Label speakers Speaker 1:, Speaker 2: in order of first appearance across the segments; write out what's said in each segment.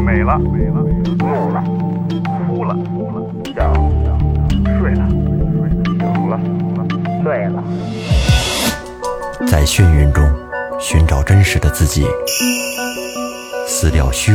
Speaker 1: 醒了，怒了，哭了，笑了，睡了，醒了，醉了。
Speaker 2: 在眩晕中寻找真实的自己，撕掉虚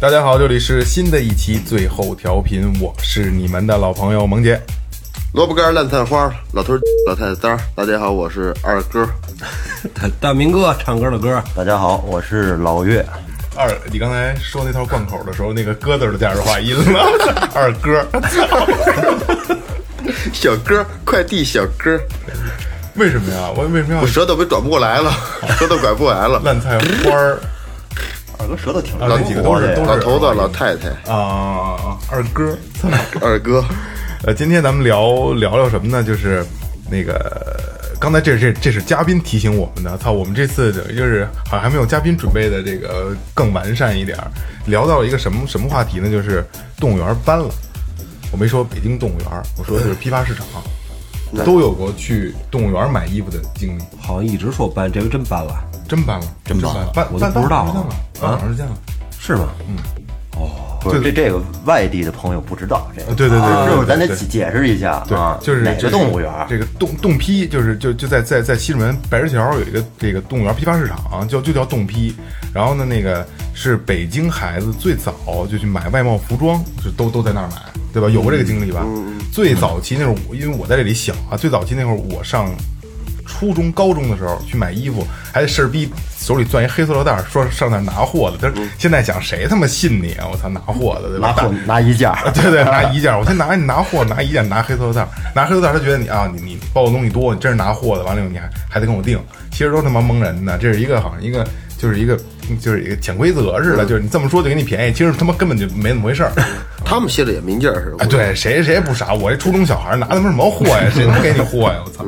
Speaker 3: 大家好，这里是新的一期最后调频，我是你们的老朋友萌姐。
Speaker 4: 萝卜干烂菜花，老头儿 老太太单儿。大家好，我是二哥。
Speaker 5: 大明哥唱歌的歌，
Speaker 2: 大家好，我是老岳。
Speaker 3: 二，你刚才说那套贯口的时候，那个“哥”字儿的加入化音了。二哥，
Speaker 4: 小哥，快递小哥，
Speaker 3: 为什么呀？我为什么要
Speaker 4: 我舌头被转不过来了， 舌头拐不过来 了。
Speaker 3: 烂菜花儿？
Speaker 2: 二哥舌头挺
Speaker 3: 啊，那几个都是都
Speaker 4: 老
Speaker 3: 是
Speaker 4: 头子、老太太、
Speaker 3: 啊，二 哥。
Speaker 4: 二哥，
Speaker 3: 呃，今天咱们聊聊聊什么呢？就是那个刚才这这这是嘉宾提醒我们的，操，我们这次等于就是好像还没有嘉宾准备的这个更完善一点儿。聊到了一个什么什么话题呢？就是动物园搬了，我没说北京动物园，我说的就是批发市场。都有过去动物园买衣服的经历，
Speaker 5: 好像一直说搬，这回真搬了，
Speaker 3: 真搬了，真搬了，搬
Speaker 5: 我都
Speaker 3: 搬
Speaker 5: 不知道
Speaker 3: 了，搬长时间了。
Speaker 5: 是吗？
Speaker 6: 不是这这个外地的朋友不知道这
Speaker 3: 呃
Speaker 6: 个，
Speaker 3: 对对对，
Speaker 6: 是
Speaker 3: 对
Speaker 6: 不是？咱得
Speaker 3: 对
Speaker 6: 解解释一下
Speaker 3: 对
Speaker 6: 啊，，
Speaker 3: 就是
Speaker 6: 哪
Speaker 3: 这
Speaker 6: 个动物园？
Speaker 3: 这个冻冻批就是就就在在在西直门白石桥有一个这个动物园批发市场，叫就叫冻批。然后呢，那个是北京孩子最早就去买外贸服装，就都都在那儿买，对吧？有过这个经历吧？
Speaker 6: 嗯
Speaker 3: 最早期那会儿我，因为我在这里小啊，最早期那会儿我上初中、高中的时候去买衣服，还得事儿逼手里攥一黑塑料袋儿，说上那儿拿货的。但是现在想，谁他妈信你啊？我操，拿货的，对吧？
Speaker 6: 嗯拿
Speaker 3: 大啊
Speaker 6: 货拿衣架，
Speaker 3: 对对，拿一件，我先拿你拿货，拿一件，拿黑塑料袋，拿黑塑料袋，他觉得你啊，你你包的东西多，你真是拿货的，完了以后你还还得跟我定，其实都他妈蒙人的，这是一个好像一个就是一个就是一个潜规则似的，就是你这么说就给你便宜，其实他妈根本就没那么回事儿。
Speaker 4: 他们心里也明镜儿似
Speaker 3: 哎，
Speaker 4: 的。
Speaker 3: 对，谁谁也不傻，我这初中小孩拿他妈什么货呀？谁能给你货呀？我操！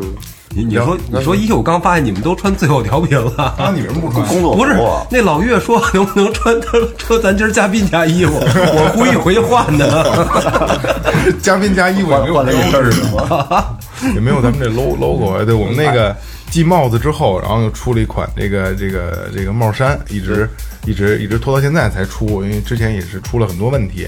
Speaker 5: 你你说你说衣服，我刚发现你们都穿最后调频了。
Speaker 3: 啊，你为什么不穿？
Speaker 6: 工 作
Speaker 5: 不是
Speaker 6: 服，
Speaker 5: 那老岳说能不能穿他说咱今儿嘉宾家 衣服，我故意回去换的。
Speaker 3: 嘉宾加衣服也没有
Speaker 6: 换了一身
Speaker 3: 标
Speaker 6: 儿
Speaker 3: 志
Speaker 6: 是吗？
Speaker 3: 也没有咱们这 lo- logo 啊。对我们那个继帽子之后，然后又出了一款这个这个这个帽衫，一直一直一直拖到现在才出，因为之前也是出了很多问题，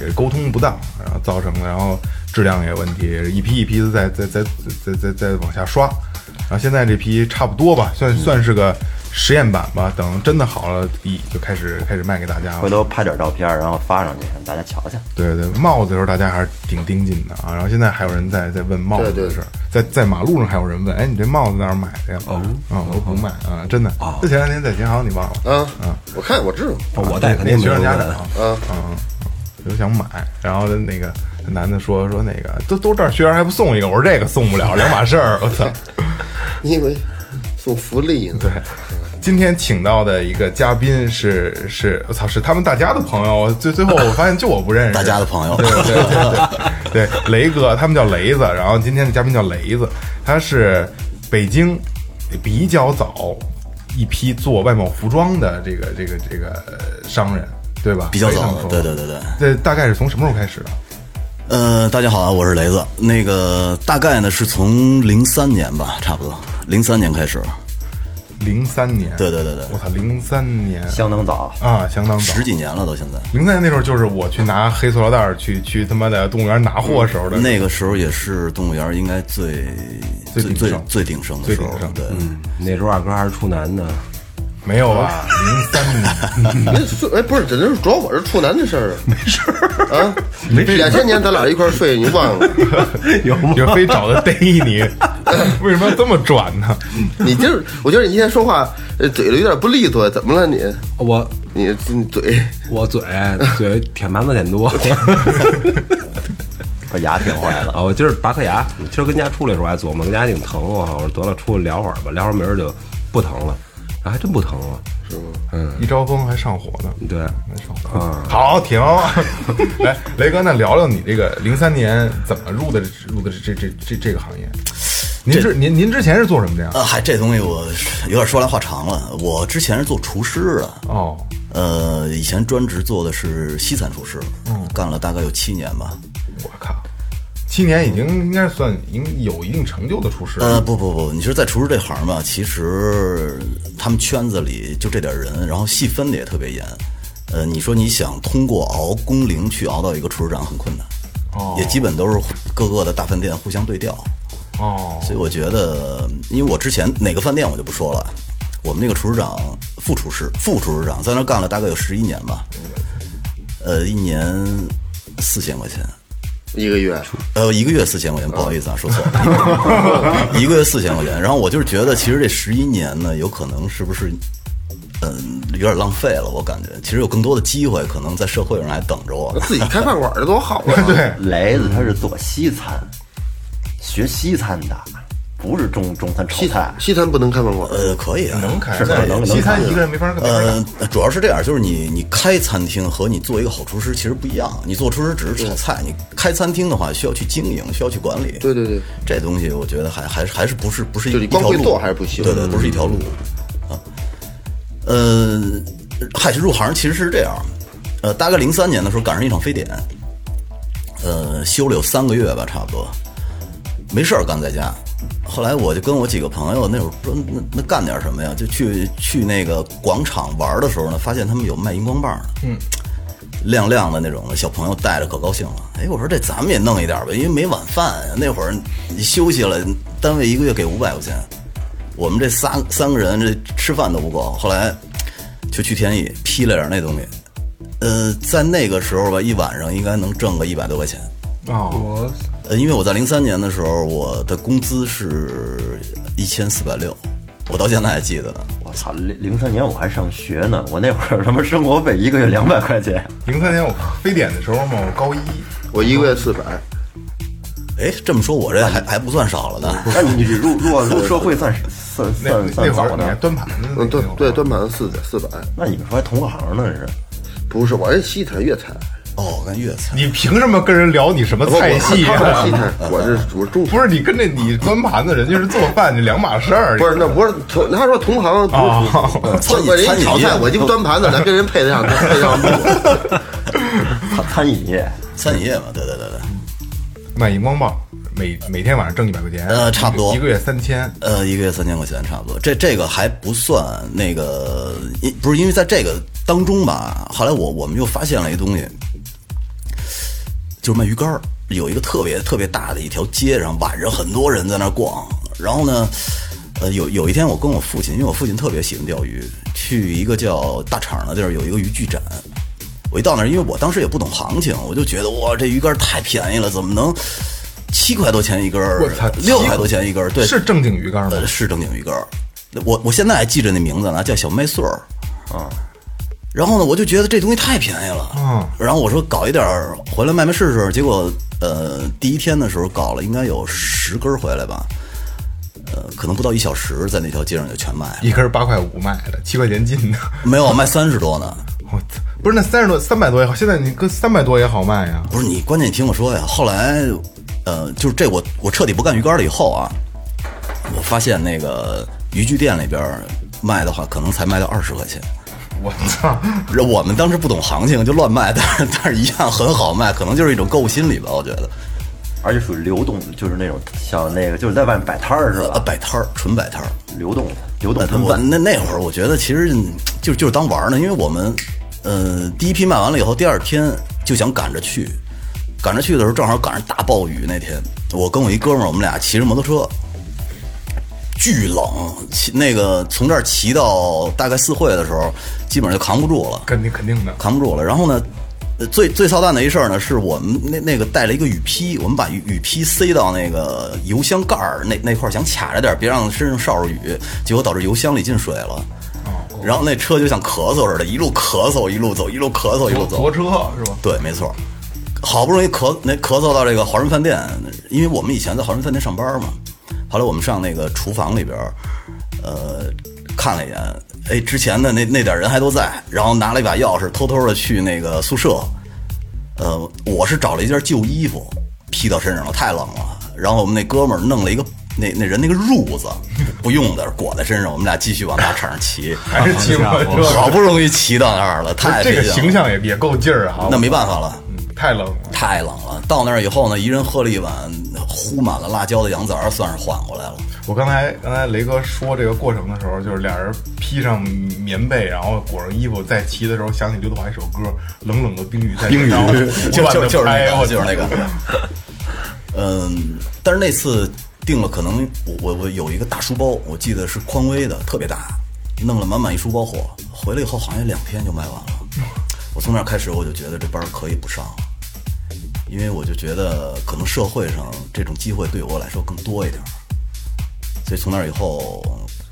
Speaker 3: 也是沟通不当，然后造成的，然后质量也有问题，一批一批的在在在在在在往下刷。然后现在这批差不多吧，算算是个实验版吧。等真的好了，一就开始开始卖给大家了
Speaker 6: 回。头拍点照片，然后发上去，让大家瞧瞧。
Speaker 3: 对对，帽子的时候大家还是挺盯紧的啊。然后现在还有人在在问帽子
Speaker 4: 对
Speaker 3: 的
Speaker 4: 对
Speaker 3: 事儿，在在马路上还有人问，哎，你这帽子哪儿买的呀？
Speaker 5: 哦
Speaker 3: 啊，我说不卖啊，真的。就前两天在银行，你忘了？哎
Speaker 4: 啊，我看我知道，
Speaker 5: 哦我戴肯
Speaker 3: 那
Speaker 5: 定
Speaker 3: 学
Speaker 5: 没有
Speaker 3: 生家长
Speaker 5: 问
Speaker 3: 啊，
Speaker 4: 啊
Speaker 3: 嗯，就想买，然后那个男的说说那个都都这儿学员还不送一个，我说这个送不了，两码事儿，我 操。
Speaker 4: 你以为送福利呢？
Speaker 3: 对，今天请到的一个嘉宾是是，我操，是他们大家的朋友。最最后我发现就我不认识
Speaker 7: 大家的朋友
Speaker 3: 对对 对对 对，雷哥，他们叫雷子，然后今天的嘉宾叫雷子，他是北京比较早一批做外贸服装的这个这个这个呃商人，对吧？
Speaker 7: 比较
Speaker 3: 可以这么
Speaker 7: 早的
Speaker 3: 说，
Speaker 7: 对对对对。
Speaker 3: 这大概是从什么时候开始的？
Speaker 7: 呃，大家好啊，我是雷子。那个大概呢是从零三年吧，差不多零三年开始，
Speaker 3: 零三年。
Speaker 7: 对对对对
Speaker 3: 我操，零三年
Speaker 6: 相当早，
Speaker 3: 啊，相当早
Speaker 7: 十。几年了都现在。
Speaker 3: 零三年那时候就是我去拿黑塑料袋儿去去他妈的动物园拿货时候的
Speaker 7: 那个时候也是动物园应该最
Speaker 3: 最鼎
Speaker 7: 最最
Speaker 3: 盛
Speaker 7: 最鼎盛的时候
Speaker 3: 最鼎盛，嗯
Speaker 7: 对，
Speaker 5: 那时候二哥还是处男呢，
Speaker 3: 没有吧？零三年，
Speaker 4: 那睡哎，不是，这是主要我是处男的事儿啊，没事儿啊。
Speaker 3: 没事
Speaker 4: 两千年咱俩一块儿睡，你忘了？
Speaker 5: 有吗？
Speaker 3: 就非找他逮你， 为什么要这么转呢？
Speaker 4: 你今儿，我觉得你今天说话，呃嘴里有点不利索，怎么了你？
Speaker 5: 我
Speaker 4: 你你嘴
Speaker 5: 我嘴嘴舔盘子舔多
Speaker 6: 把牙舔坏了。
Speaker 5: 啊！我今儿拔颗牙，啊今儿跟家出来的时候还琢磨，跟家挺疼，我我说得了，出去聊会儿吧，聊会儿没事就不疼了。
Speaker 8: 啊还真不疼了。
Speaker 3: 一招风还上火呢。
Speaker 8: 对，
Speaker 3: 还上火。
Speaker 4: 嗯
Speaker 3: 好，停。 来，雷哥，那聊聊你这个零三年怎么入的这入的这这这这个行业？您是您您之前是做什么的呀？
Speaker 7: 啊，还这东西我有点说来话长了。我之前是做厨师的，
Speaker 3: 哦，
Speaker 7: 呃，以前专职做的是西餐厨师，
Speaker 3: 嗯
Speaker 7: 干了大概有七年吧。
Speaker 3: 我靠，七年已经应该算应有一定成就的厨师了。
Speaker 7: 呃，不不不，你说在厨师这行吧，其实他们圈子里就这点人，然后细分的也特别严。呃，你说你想通过熬工龄去熬到一个厨师长很困难，
Speaker 4: 呃
Speaker 3: 哦
Speaker 7: 也基本都是各个的大饭店互相对调。
Speaker 3: 哦，
Speaker 7: 所以我觉得，因为我之前哪个饭店我就不说了，我们那个厨师长、副厨师、副厨师长在那干了大概有十一年吧，呃，一年四千块钱，
Speaker 4: 一个月，
Speaker 7: 呃，一个月四千块钱，不好 意思啊，说错了，一个月四千块钱。然后我就是觉得，其实这十一年呢，有可能是不是，嗯，有点浪费了，我感觉。其实有更多的机会，可能在社会上还等着我。
Speaker 4: 自己开饭馆儿的多好 啊！
Speaker 3: 对，
Speaker 6: 雷子他是做西餐，学西餐的，不是中中餐炒
Speaker 4: 西
Speaker 6: 菜
Speaker 4: 餐。西餐不能开饭馆儿，
Speaker 7: 呃，可以啊，
Speaker 3: 能开
Speaker 6: 是能能
Speaker 3: 西餐
Speaker 6: 能
Speaker 3: 一个人没法干。没法干
Speaker 7: 呃，主要是这样，就是你你开餐厅和你做一个好厨师其实不一样。你做厨师只是炒菜，你开餐厅的话需要去经营，需要去管理。
Speaker 4: 对对对，
Speaker 7: 这东西我觉得还还是还是不是不是一
Speaker 4: 就你光
Speaker 7: 一条路
Speaker 4: 会做还是不行
Speaker 7: 对对，不是一条路啊。呃，嗨，入行其实是这样，呃，大概零三年的时候赶上一场非典，呃，休了有三个月吧，差不多，没事儿干在家。后来我就跟我几个朋友那会儿说那那干点什么呀？就去去那个广场玩的时候呢，发现他们有卖荧光棒的，嗯，亮亮的那种的，小朋友戴着可高兴了。哎，我说这咱们也弄一点吧，因为没晚饭呀。那会儿你休息了，单位一个月给五百块钱，我们这仨三个人这吃饭都不够。后来就去天意批了点那东西，呃，在那个时候吧，一晚上应该能挣个一百多块钱。
Speaker 3: 哦，
Speaker 7: 呃，因为我在零三年的时候，我的工资是一千四百六，我到现在还记得呢。
Speaker 6: 我操，零零三年我还上学呢，我那会儿他妈生活费一个月两百块钱，
Speaker 3: 零三年我非典的时候嘛，我高一，
Speaker 4: 我一个月四百，
Speaker 7: 哎，这么说，我这还还不算少了呢。
Speaker 6: 那你入入入社会算算
Speaker 3: 那
Speaker 6: 算
Speaker 3: 那
Speaker 6: 算
Speaker 3: 会
Speaker 6: 早
Speaker 3: 儿你还
Speaker 6: 呢？
Speaker 3: 端盘子呢，
Speaker 4: 嗯，对
Speaker 3: 那会儿
Speaker 4: 对，端盘四四百，
Speaker 6: 那你们说还同行呢？这是
Speaker 4: 不是，我是西餐粤菜，
Speaker 7: 哦，我看粤菜，
Speaker 3: 你凭什么跟人聊你什么
Speaker 4: 不我
Speaker 3: 菜系
Speaker 4: 他
Speaker 3: 啊
Speaker 4: 们？西餐，我是我是中
Speaker 6: 啊
Speaker 3: 不是你跟着你端盘子，人家是做饭，这两码事儿。
Speaker 4: 不是，那不是同，他说同行啊不是同行
Speaker 3: 哦，
Speaker 4: 我我人一炒
Speaker 6: 啊
Speaker 4: 菜，我就端盘子，咱跟人配得上，配得上不？
Speaker 6: 餐餐饮业，
Speaker 7: 餐饮业嘛，对对对对。
Speaker 3: 卖荧光棒，每每天晚上挣一百块钱，
Speaker 7: 呃差不多
Speaker 3: 一个月三千。
Speaker 7: 呃，一个月三千块钱差不多，这这个还不算那个，因不是因为在这个当中吧，后来我我们又发现了一东西，就是卖鱼竿儿，有一个特别特别大的一条街上，晚上很多人在那儿逛。然后呢，呃，有有一天我跟我父亲，因为我父亲特别喜欢钓鱼，去一个叫大厂的地儿有一个渔具展。我一到那儿，因为我当时也不懂行情，我就觉得哇，这鱼竿儿太便宜了，怎么能七块多钱一根儿
Speaker 3: 我操，
Speaker 7: 六块多钱一根儿？对，
Speaker 3: 是正经鱼竿吗
Speaker 7: 呃，？是正经鱼竿儿。我我现在还记着那名字呢，叫小麦穗儿。
Speaker 6: 啊，
Speaker 7: 然后呢，我就觉得这东西太便宜了。
Speaker 3: 嗯
Speaker 7: 然后我说搞一点儿回来卖卖试试。结果呃，第一天的时候搞了应该有十根儿回来吧，呃，可能不到一小时，在那条街上就全卖了。
Speaker 3: 一根八块五卖的，七块钱斤的。
Speaker 7: 没有卖三十多呢。
Speaker 3: 我操，不是那三十多、三百多也好，现在你跟三百多也好卖呀。
Speaker 7: 不是你，关键你听我说呀。后来，呃，就是这我我彻底不干鱼竿了以后啊，我发现那个渔具店里边儿卖的话，可能才卖到二十块钱。
Speaker 3: 我操，
Speaker 7: 这我们当时不懂行情就乱卖， 但是但是一样很好卖，可能就是一种购物心理吧，我觉得。
Speaker 6: 而且属于流动，就是那种像那个就是在外面摆摊儿是
Speaker 7: 啊，
Speaker 6: 吧？
Speaker 7: 摆摊儿，纯摆摊儿。
Speaker 6: 流动流动
Speaker 7: 呃
Speaker 6: 摊
Speaker 7: 我
Speaker 6: 贩，
Speaker 7: 那那会儿，我觉得其实嗯就就是当玩儿呢，因为我们，呃，第一批卖完了以后，第二天就想赶着去，赶着去的时候正好赶上大暴雨那天，我跟我一哥们儿，我们俩骑着摩托车，巨冷，骑那个从这儿骑到大概四惠的时候，基本上就扛不住了。
Speaker 3: 肯定肯定的。
Speaker 7: 扛不住了。然后呢，呃最最操蛋的一事儿呢，是我们那那个带了一个雨披，我们把雨雨披塞到那个油箱盖儿那那块儿，想卡着点儿，别让身上捎着雨，结果导致油箱里进水了。然后那车就像咳嗽似的，一路咳嗽一路走，一路咳嗽一路走，
Speaker 3: 坐车是吧？
Speaker 7: 对，没错。好不容易咳那咳嗽到这个华润饭店，因为我们以前在华润饭店上班嘛，后来我们上那个厨房里边儿，呃，看了一眼，哎，之前的那那点人还都在，然后拿了一把钥匙，偷偷的去那个宿舍。呃，我是找了一件旧衣服披到身上了，太冷了。然后我们那哥们儿弄了一个那那人那个褥子，不用的裹在身上，我们俩继续往大场上骑，
Speaker 3: 还是骑摩托车
Speaker 7: 好不容易骑到那儿了，太
Speaker 3: 这个
Speaker 7: 费劲了
Speaker 3: 形象也也够劲儿啊！
Speaker 7: 那没办法了。
Speaker 3: 嗯太冷了。
Speaker 7: 太冷了，到那儿以后呢，一人喝了一碗糊满了辣椒的羊杂儿，算是缓过来了。
Speaker 3: 我刚才刚才雷哥说这个过程的时候，就是俩人披上棉被，然后裹上衣服，在骑的时候想起刘德华一首歌《冷冷的冰雨在冰雨》，
Speaker 7: 就就就是那
Speaker 3: 我
Speaker 7: 个，就是那个。 嗯，但是那次订了，可能我我我有一个大书包，我记得是匡威的，特别大，弄了满满一书包货，回来以后好像两天就卖完了。我从那儿开始我就觉得这班儿可以不上了，因为我就觉得可能社会上这种机会对我来说更多一点儿，所以从那儿以后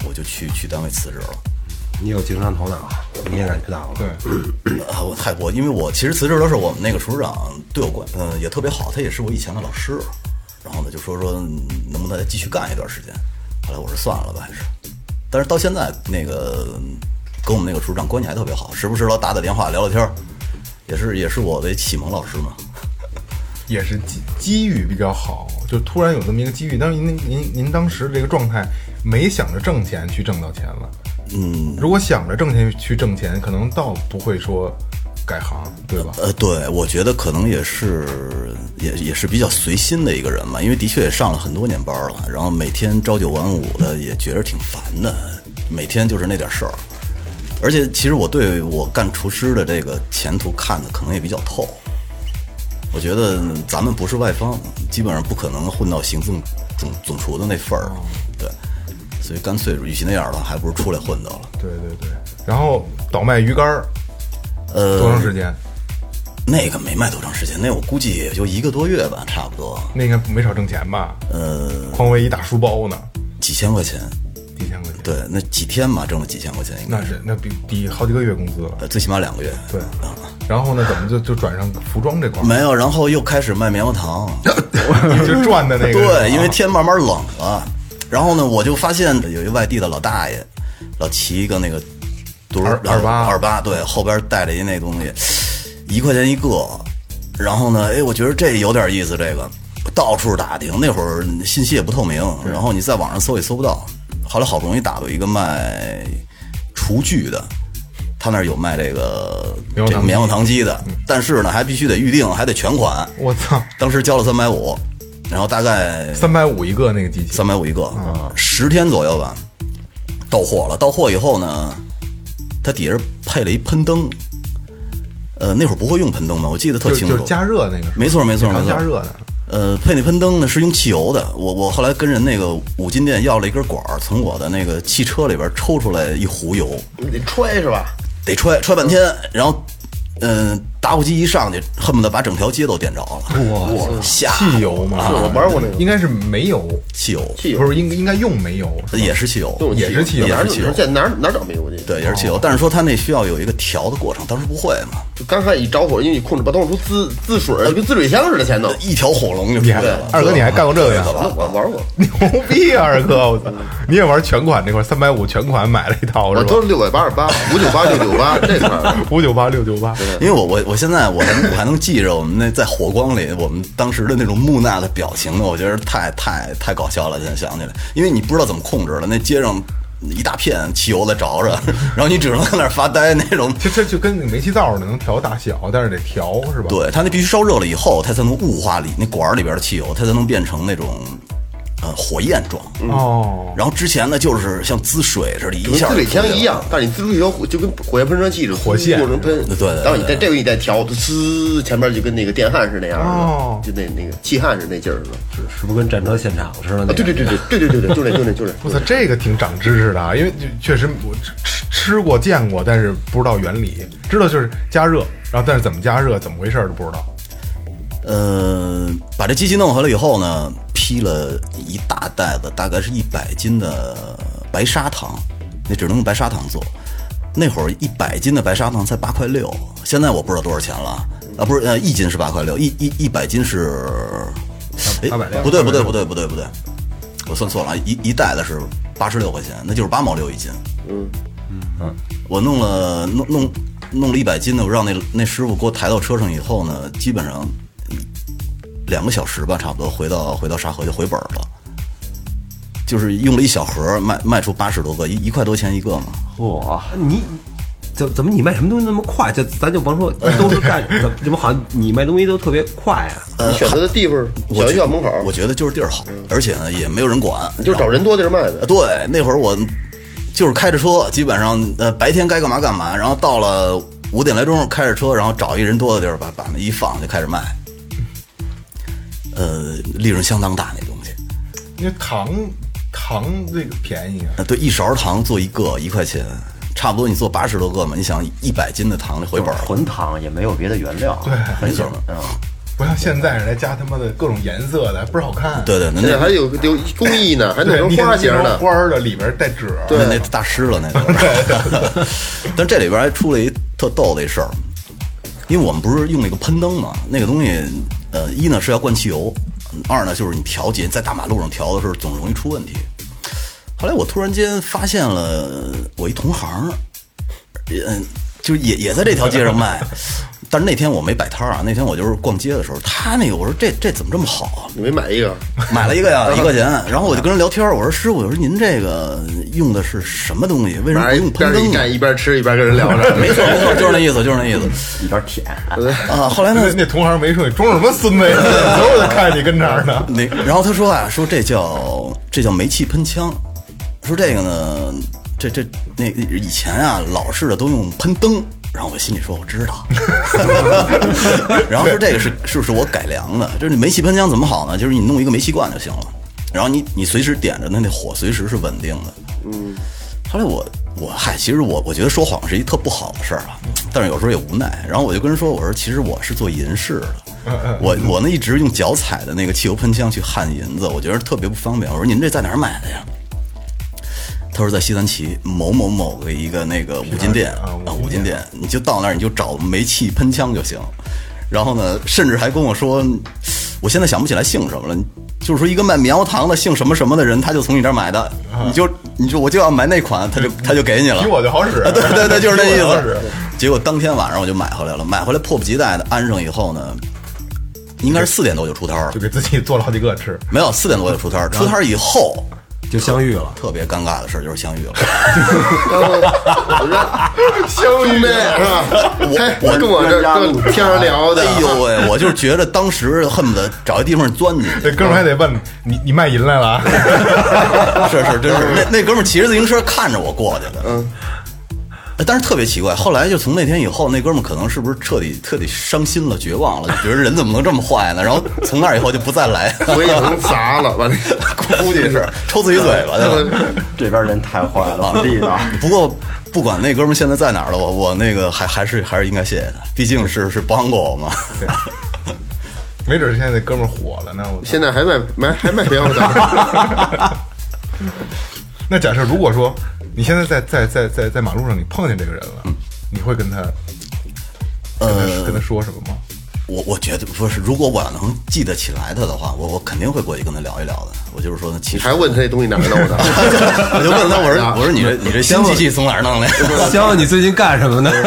Speaker 7: 我就去去单位辞职了。
Speaker 8: 你有经商头脑，啊你也感觉到了。
Speaker 3: 对，
Speaker 7: 啊，我太我因为我其实辞职的时候，我们那个厨师长对我关嗯、也特别好，他也是我以前的老师。然后呢，就说说嗯能不能再继续干一段时间。后来我说算了吧，还是。但是到现在那个嗯跟我们那个厨师长关系还特别好，时不时老打打电话聊聊天儿，也是也是我的启蒙老师嘛。
Speaker 3: 也是机机遇比较好，就突然有这么一个机遇。但是您您您当时这个状态没想着挣钱去挣到钱了，嗯，如果想着挣钱去挣钱，可能倒不会说改行，对 吧？
Speaker 7: 呃，对，我觉得可能也是也也是比较随心的一个人嘛，因为的确也上了很多年班了，然后每天朝九晚五的，也觉着挺烦的，每天就是那点事儿。而且其实我对我干厨师的这个前途看的可能也比较透，我觉得咱们不是外方，基本上不可能混到行政总总厨的那份儿，
Speaker 3: 哦
Speaker 7: 对，所以干脆与其那样的话，还不如出来混到了。
Speaker 3: 对对对。然后倒卖鱼竿儿
Speaker 7: 呃，
Speaker 3: 多长时间？
Speaker 7: 那个没卖多长时间，那我估计也就一个多月吧，差不多。
Speaker 3: 那应该没少挣钱吧？
Speaker 7: 呃，
Speaker 3: 匡威一大书包呢，
Speaker 7: 几千块钱，
Speaker 3: 几千块钱。
Speaker 7: 对，那几天吧，挣了几千块钱，应该
Speaker 3: 那
Speaker 7: 是，
Speaker 3: 是那比抵好几个月工资了。
Speaker 7: 呃，最起码两个月。
Speaker 3: 对，然后呢，怎么就就转上服装这块儿，
Speaker 7: 没有，然后又开始卖棉花糖，
Speaker 3: 就赚的那个？啊
Speaker 7: 对，因为天慢慢冷了。然后呢，我就发现有一外地的老大爷，老骑一个那个独
Speaker 3: 二二八
Speaker 7: 二八，对，后边带着一那东西，一块钱一个。然后呢，哎，我觉得这有点意思，这个到处打听，那会儿信息也不透明，然后你在网上搜也搜不到。后来好不容易打到一个卖厨具的，他那儿有卖这个
Speaker 3: 棉花
Speaker 7: 这
Speaker 3: 糖嗯
Speaker 7: 个棉花糖机的，但是呢，还必须得预定，还得全款。
Speaker 3: 我操，
Speaker 7: 当时交了三百五，然后大概
Speaker 3: 三百五一个那个机器，
Speaker 7: 三百五一个，
Speaker 3: 嗯
Speaker 7: 十天左右吧，到货了。到货以后呢，它底下配了一喷灯，呃，那会儿不会用喷灯吧？我记得特
Speaker 3: 就
Speaker 7: 清楚。
Speaker 3: 就是加热那个是吧，
Speaker 7: 没错没错
Speaker 3: 刚
Speaker 7: 没错
Speaker 3: 加热的。
Speaker 7: 呃，配那喷灯呢是用汽油的。我我后来跟人那个五金店要了一根管儿，从我的那个汽车里边抽出来一壶油，
Speaker 6: 你得揣是吧？
Speaker 7: 得揣揣半天，然后，嗯、打火机一上去，恨不得把整条街都点着了。哇，吓哦
Speaker 3: 汽油嘛，
Speaker 6: 是我玩过那个
Speaker 3: 应该是煤油，
Speaker 7: 汽油，
Speaker 6: 汽油
Speaker 3: 不是应应该用煤油，是吧
Speaker 7: 呃也是汽油，
Speaker 6: 都
Speaker 3: 也是汽油
Speaker 6: 哪儿
Speaker 7: 也是汽油
Speaker 6: 哪儿哪儿哪儿找煤油去？，
Speaker 7: 对，也是汽油，但是说它那需要有一个调的过程，当时不会嘛，
Speaker 6: 就刚开始一着火，因为你控制不动，出滋滋水儿，跟滋水枪似的 前头。
Speaker 7: 一条火龙就出
Speaker 3: 你
Speaker 7: 来
Speaker 3: 还
Speaker 7: 了。
Speaker 3: 二哥你还干过这个呀
Speaker 7: 对？
Speaker 6: 那我玩过，
Speaker 3: 牛逼啊，二哥，我操！
Speaker 6: 嗯
Speaker 3: 你也玩全款这块，三百五全款买了一套
Speaker 4: 我
Speaker 3: 是
Speaker 4: 都
Speaker 3: 吧？
Speaker 4: 是六百八十八，五九八六九八 这块儿，
Speaker 3: 五九八六九八，
Speaker 7: 因为我我我现在我还我还能记着我们那在火光里我们当时的那种木讷的表情呢，我觉得太太太搞笑了。现在想起来，因为你不知道怎么控制了，那街上一大片汽油在着 着，然后你只能在那儿发呆那种。
Speaker 3: 其实就跟那煤气灶似的，能调大小，但是得调是吧？，
Speaker 7: 对，它那必须烧热了以后，它才能雾化里那管儿里边的汽油，它才能变成那种呃火焰状。
Speaker 3: 哦，
Speaker 7: 然后之前呢，就是像滋水似的，一
Speaker 6: 跟
Speaker 7: 下
Speaker 6: 滋
Speaker 7: 就
Speaker 6: 水枪
Speaker 7: 出去
Speaker 6: 一
Speaker 7: 了
Speaker 6: 样，但是你滋出一条火，就跟火焰喷射器似的，
Speaker 3: 火线
Speaker 6: 就能喷。
Speaker 7: 对对对
Speaker 6: 然后你再这个你再调，滋，前面就跟那个电焊是那样
Speaker 3: 哦
Speaker 6: 的，就那那个气焊是那劲儿的。
Speaker 8: 是不是跟战车现场似的？
Speaker 6: 啊，对对对对对对对对，就那就那 就那。
Speaker 3: 我操，这个挺长知识的啊，因为就确实我吃吃吃过见过，但是不知道原理，知道就是加热，然后但是怎么加热、怎么回事儿都不知道。
Speaker 7: 呃，把这机器弄回来以后呢，批了一大袋子，大概是一百斤的白砂糖，那只能用白砂糖做。那会儿一百斤的白砂糖才八块六，现在我不知道多少钱了啊，不是呃一斤是八块六，一一一百斤是，哎
Speaker 3: 860
Speaker 7: 不对不对不对不对不对，我算错了，一一袋子是八十六块钱，那就是八毛六一斤。嗯，
Speaker 3: 嗯，
Speaker 7: 我弄了弄弄弄了一百斤的，我让那那师傅给我抬到车上以后呢，基本上两个小时吧，差不多回到回到沙河就回本儿了。就是用了一小盒儿卖卖出八十多个，一一块多钱一个嘛。
Speaker 6: 嚯，
Speaker 8: 啊你怎怎么你卖什么东西那么快？就咱就甭说都是干，怎么怎么好像你卖东西都特别快 啊？
Speaker 7: 呃
Speaker 9: 你选择的地方，
Speaker 7: 我
Speaker 9: 小学
Speaker 7: 觉
Speaker 9: 校门口，嗯
Speaker 7: 我觉得就是地儿好，而且呢也没有人管，呃
Speaker 9: 你就找人多地儿卖呗。
Speaker 7: 对，那会儿我就是开着车，基本上呃白天该干嘛干嘛，然后到了五点来钟开着车，然后找一人多的地儿把把那一放就开始卖，呃，利润相当大那东西。
Speaker 3: 因为糖糖这个便宜啊，
Speaker 7: 呃，对，一勺糖做一个一块钱，差不多你做八十多个嘛，你想一百斤的糖就回本儿了。
Speaker 6: 纯糖也没有别的原料，对，
Speaker 7: 没错
Speaker 6: 嗯，
Speaker 3: 不像现在来加他妈的各种颜色的，倍儿好看。
Speaker 7: 对对，那
Speaker 9: 现在
Speaker 7: 那
Speaker 9: 还有有工艺呢，还弄
Speaker 3: 对，
Speaker 9: 成
Speaker 3: 你
Speaker 9: 花型
Speaker 3: 弄成
Speaker 9: 的。
Speaker 3: 花儿的里边带褶儿，
Speaker 7: 那那大师了，那个。但这里边还出了一特逗的一事儿，因为我们不是用那个喷灯嘛，那个东西，呃，一呢是要灌汽油，二呢就是你调节在大马路上调的时候总容易出问题。后来我突然间发现了我一同行，嗯，就是也也在这条街上卖。 但是那天我没摆摊儿啊，那天我就是逛街的时候，他那个我说这这怎么这么好啊？
Speaker 9: 你没买一个？
Speaker 7: 买了一个
Speaker 9: 嗯
Speaker 7: 呀，一块钱。然后我就跟人聊天儿，我说师傅，我说您这个用的是什么东西？为什么
Speaker 9: 反
Speaker 7: 不
Speaker 9: 正一
Speaker 7: 用
Speaker 9: 边
Speaker 7: 喷
Speaker 9: 儿
Speaker 7: 灯啊
Speaker 9: 一
Speaker 7: 呢？
Speaker 9: 站一边吃一边跟人聊着。
Speaker 7: 没错，没错，就是那意思，就是那意思。
Speaker 6: 一边舔，
Speaker 7: 啊，后来呢
Speaker 3: 那，那同行没说你装什么孙子 呀，所有的看你跟这儿呢。
Speaker 7: 那然后他说啊，说这叫这叫煤气喷枪，说这个呢，这这那以前啊，老式的都用喷灯。然后我心里说，我知道。 然后说这个是是不是我改良的？就是煤气喷枪怎么好呢？就是你弄一个煤气罐就行了，然后你你随时点着，那那火随时是稳定的。后来我我嗨，其实我我觉得说谎是一特不好的事儿啊，但是有时候也无奈。然后我就跟人说，我说其实我是做银饰 的，我我呢一直用脚踩的那个汽油喷枪去焊银子，我觉得特别不方便。我说您这在哪儿买的呀？他说在西三旗某某某个一个那个五金店
Speaker 3: 啊五金店
Speaker 7: 五金店，你就到那儿你就找煤气喷枪就行。然后呢，甚至还跟我说，我现在想不起来姓什么了，就是说一个卖棉花糖的姓什么什么的人，他就从你这儿买的，你就你就我就要买那款，他就他就给你了，
Speaker 3: 比 我就好使
Speaker 7: 啊对对对，就是那意
Speaker 3: 比我就好使
Speaker 7: 思。 结果当天晚上我就买回来了，买回来迫不及待的安上以后呢，应该是四点多就出摊儿了
Speaker 3: 就，给自己做了好几个吃，
Speaker 7: 没有四点多就出摊儿，出摊儿以后
Speaker 8: 就相遇了，
Speaker 7: 特别尴尬的事儿就是相遇了。
Speaker 9: 兄弟，是吧？哎
Speaker 7: 我
Speaker 9: 跟我这正天上聊的，
Speaker 7: 哎呦喂，我就是觉得当时恨不得找一地方钻进去。
Speaker 3: 这哥们儿还得问你，你卖淫来了啊？
Speaker 7: 是是，真是那那哥们儿骑着自行车看着我过去的，嗯。但是特别奇怪，后来就从那天以后，那哥们儿可能是不是彻底彻底伤心了、绝望了，就觉得人怎么能这么坏呢？然后从那以后就不再来，
Speaker 9: 回城砸了，完了，
Speaker 7: 估计是抽自己嘴巴去了。
Speaker 6: 这边人太坏了，怎么地的？
Speaker 7: 不过不管那哥们儿现在在哪儿了，我我那个还还是还是应该谢谢他，毕竟是是帮过我嘛。
Speaker 3: 没准现在那哥们儿火了呢。我
Speaker 9: 现在还卖卖还卖棉花糖，
Speaker 3: 那假设如果说你现在在在在在在马路上你碰见这个人了，
Speaker 7: 嗯
Speaker 3: 你会跟他跟
Speaker 7: 呃
Speaker 3: 他跟他说什么吗？
Speaker 7: 我我觉得不是，如果我要能记得起来他的话，我我肯定会过去跟他聊一聊的。我就是说，其
Speaker 9: 你
Speaker 7: 实
Speaker 9: 还问他这东西哪儿弄的？
Speaker 7: 我就问他，我说我说你这你这新机器从哪儿弄的呀？
Speaker 8: 香香你最近干什么呢？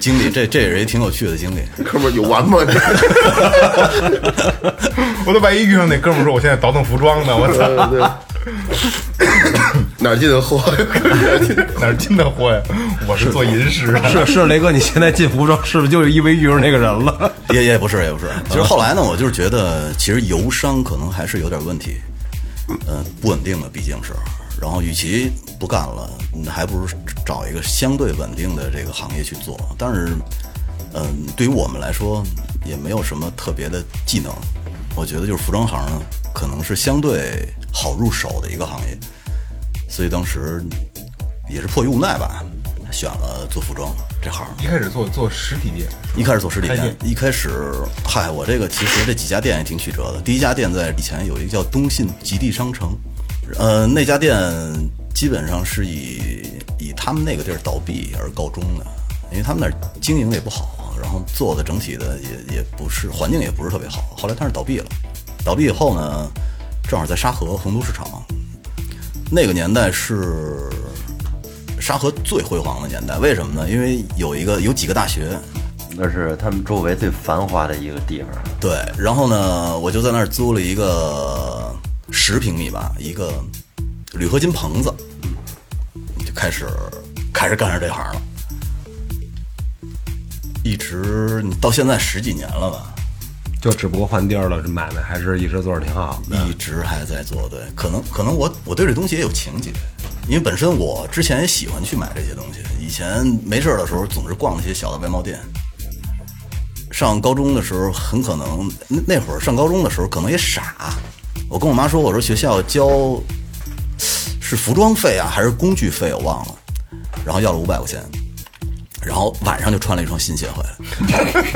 Speaker 7: 经历，这这也是一挺有趣的经历。
Speaker 9: 哥们儿有完吗？
Speaker 3: 我都万一遇上那哥们儿说我现在倒腾服装呢，我操，
Speaker 9: 对对，哪儿进的货？
Speaker 3: 哪儿进的货呀？我是做银饰的。
Speaker 8: 是是，雷哥，你现在进服装是不是就是因为遇上那个人了？
Speaker 7: 也也不是，也不是。其实后来呢，我就是觉得，其实油商可能还是有点问题，呃，不稳定的毕竟是。然后，与其不干了，你还不如找一个相对稳定的这个行业去做。但是，嗯、对于我们来说，也没有什么特别的技能。我觉得就是服装行呢，可能是相对好入手的一个行业，所以当时也是迫于无奈吧，选了做服装这行。
Speaker 3: 一开始做做实体店，
Speaker 7: 一开始做实体
Speaker 3: 开
Speaker 7: 店
Speaker 3: 店，
Speaker 7: 一开始，嗨，我这个其实这几家店也挺曲折的。第一家店在以前有一个叫东信极地商城，呃，那家店基本上是以以他们那个地儿倒闭而告终的，因为他们那儿经营的也不好，然后做的整体的也也不是环境也不是特别好。后来他是倒闭了，倒闭以后呢，正好在沙河洪都市场，那个年代是沙河最辉煌的年代。为什么呢？因为有一个有几个大学，
Speaker 6: 那是他们周围最繁华的一个地方。
Speaker 7: 对，然后呢，我就在那儿租了一个十平米吧，一个铝合金棚子，就开始开始干上这行了，一直到现在十几年了吧，
Speaker 8: 就只不过换地儿了，这买卖还是一直做着挺好的。
Speaker 7: 一直还在做。对，可能可能我我对这东西也有情结，因为本身我之前也喜欢去买这些东西，以前没事儿的时候总是逛那些小的外贸店。上高中的时候，很可能那那会儿上高中的时候可能也傻，我跟我妈说，我说学校交是服装费啊还是工具费，我忘了，然后要了五百块钱，然后晚上就穿了一双新鞋回来。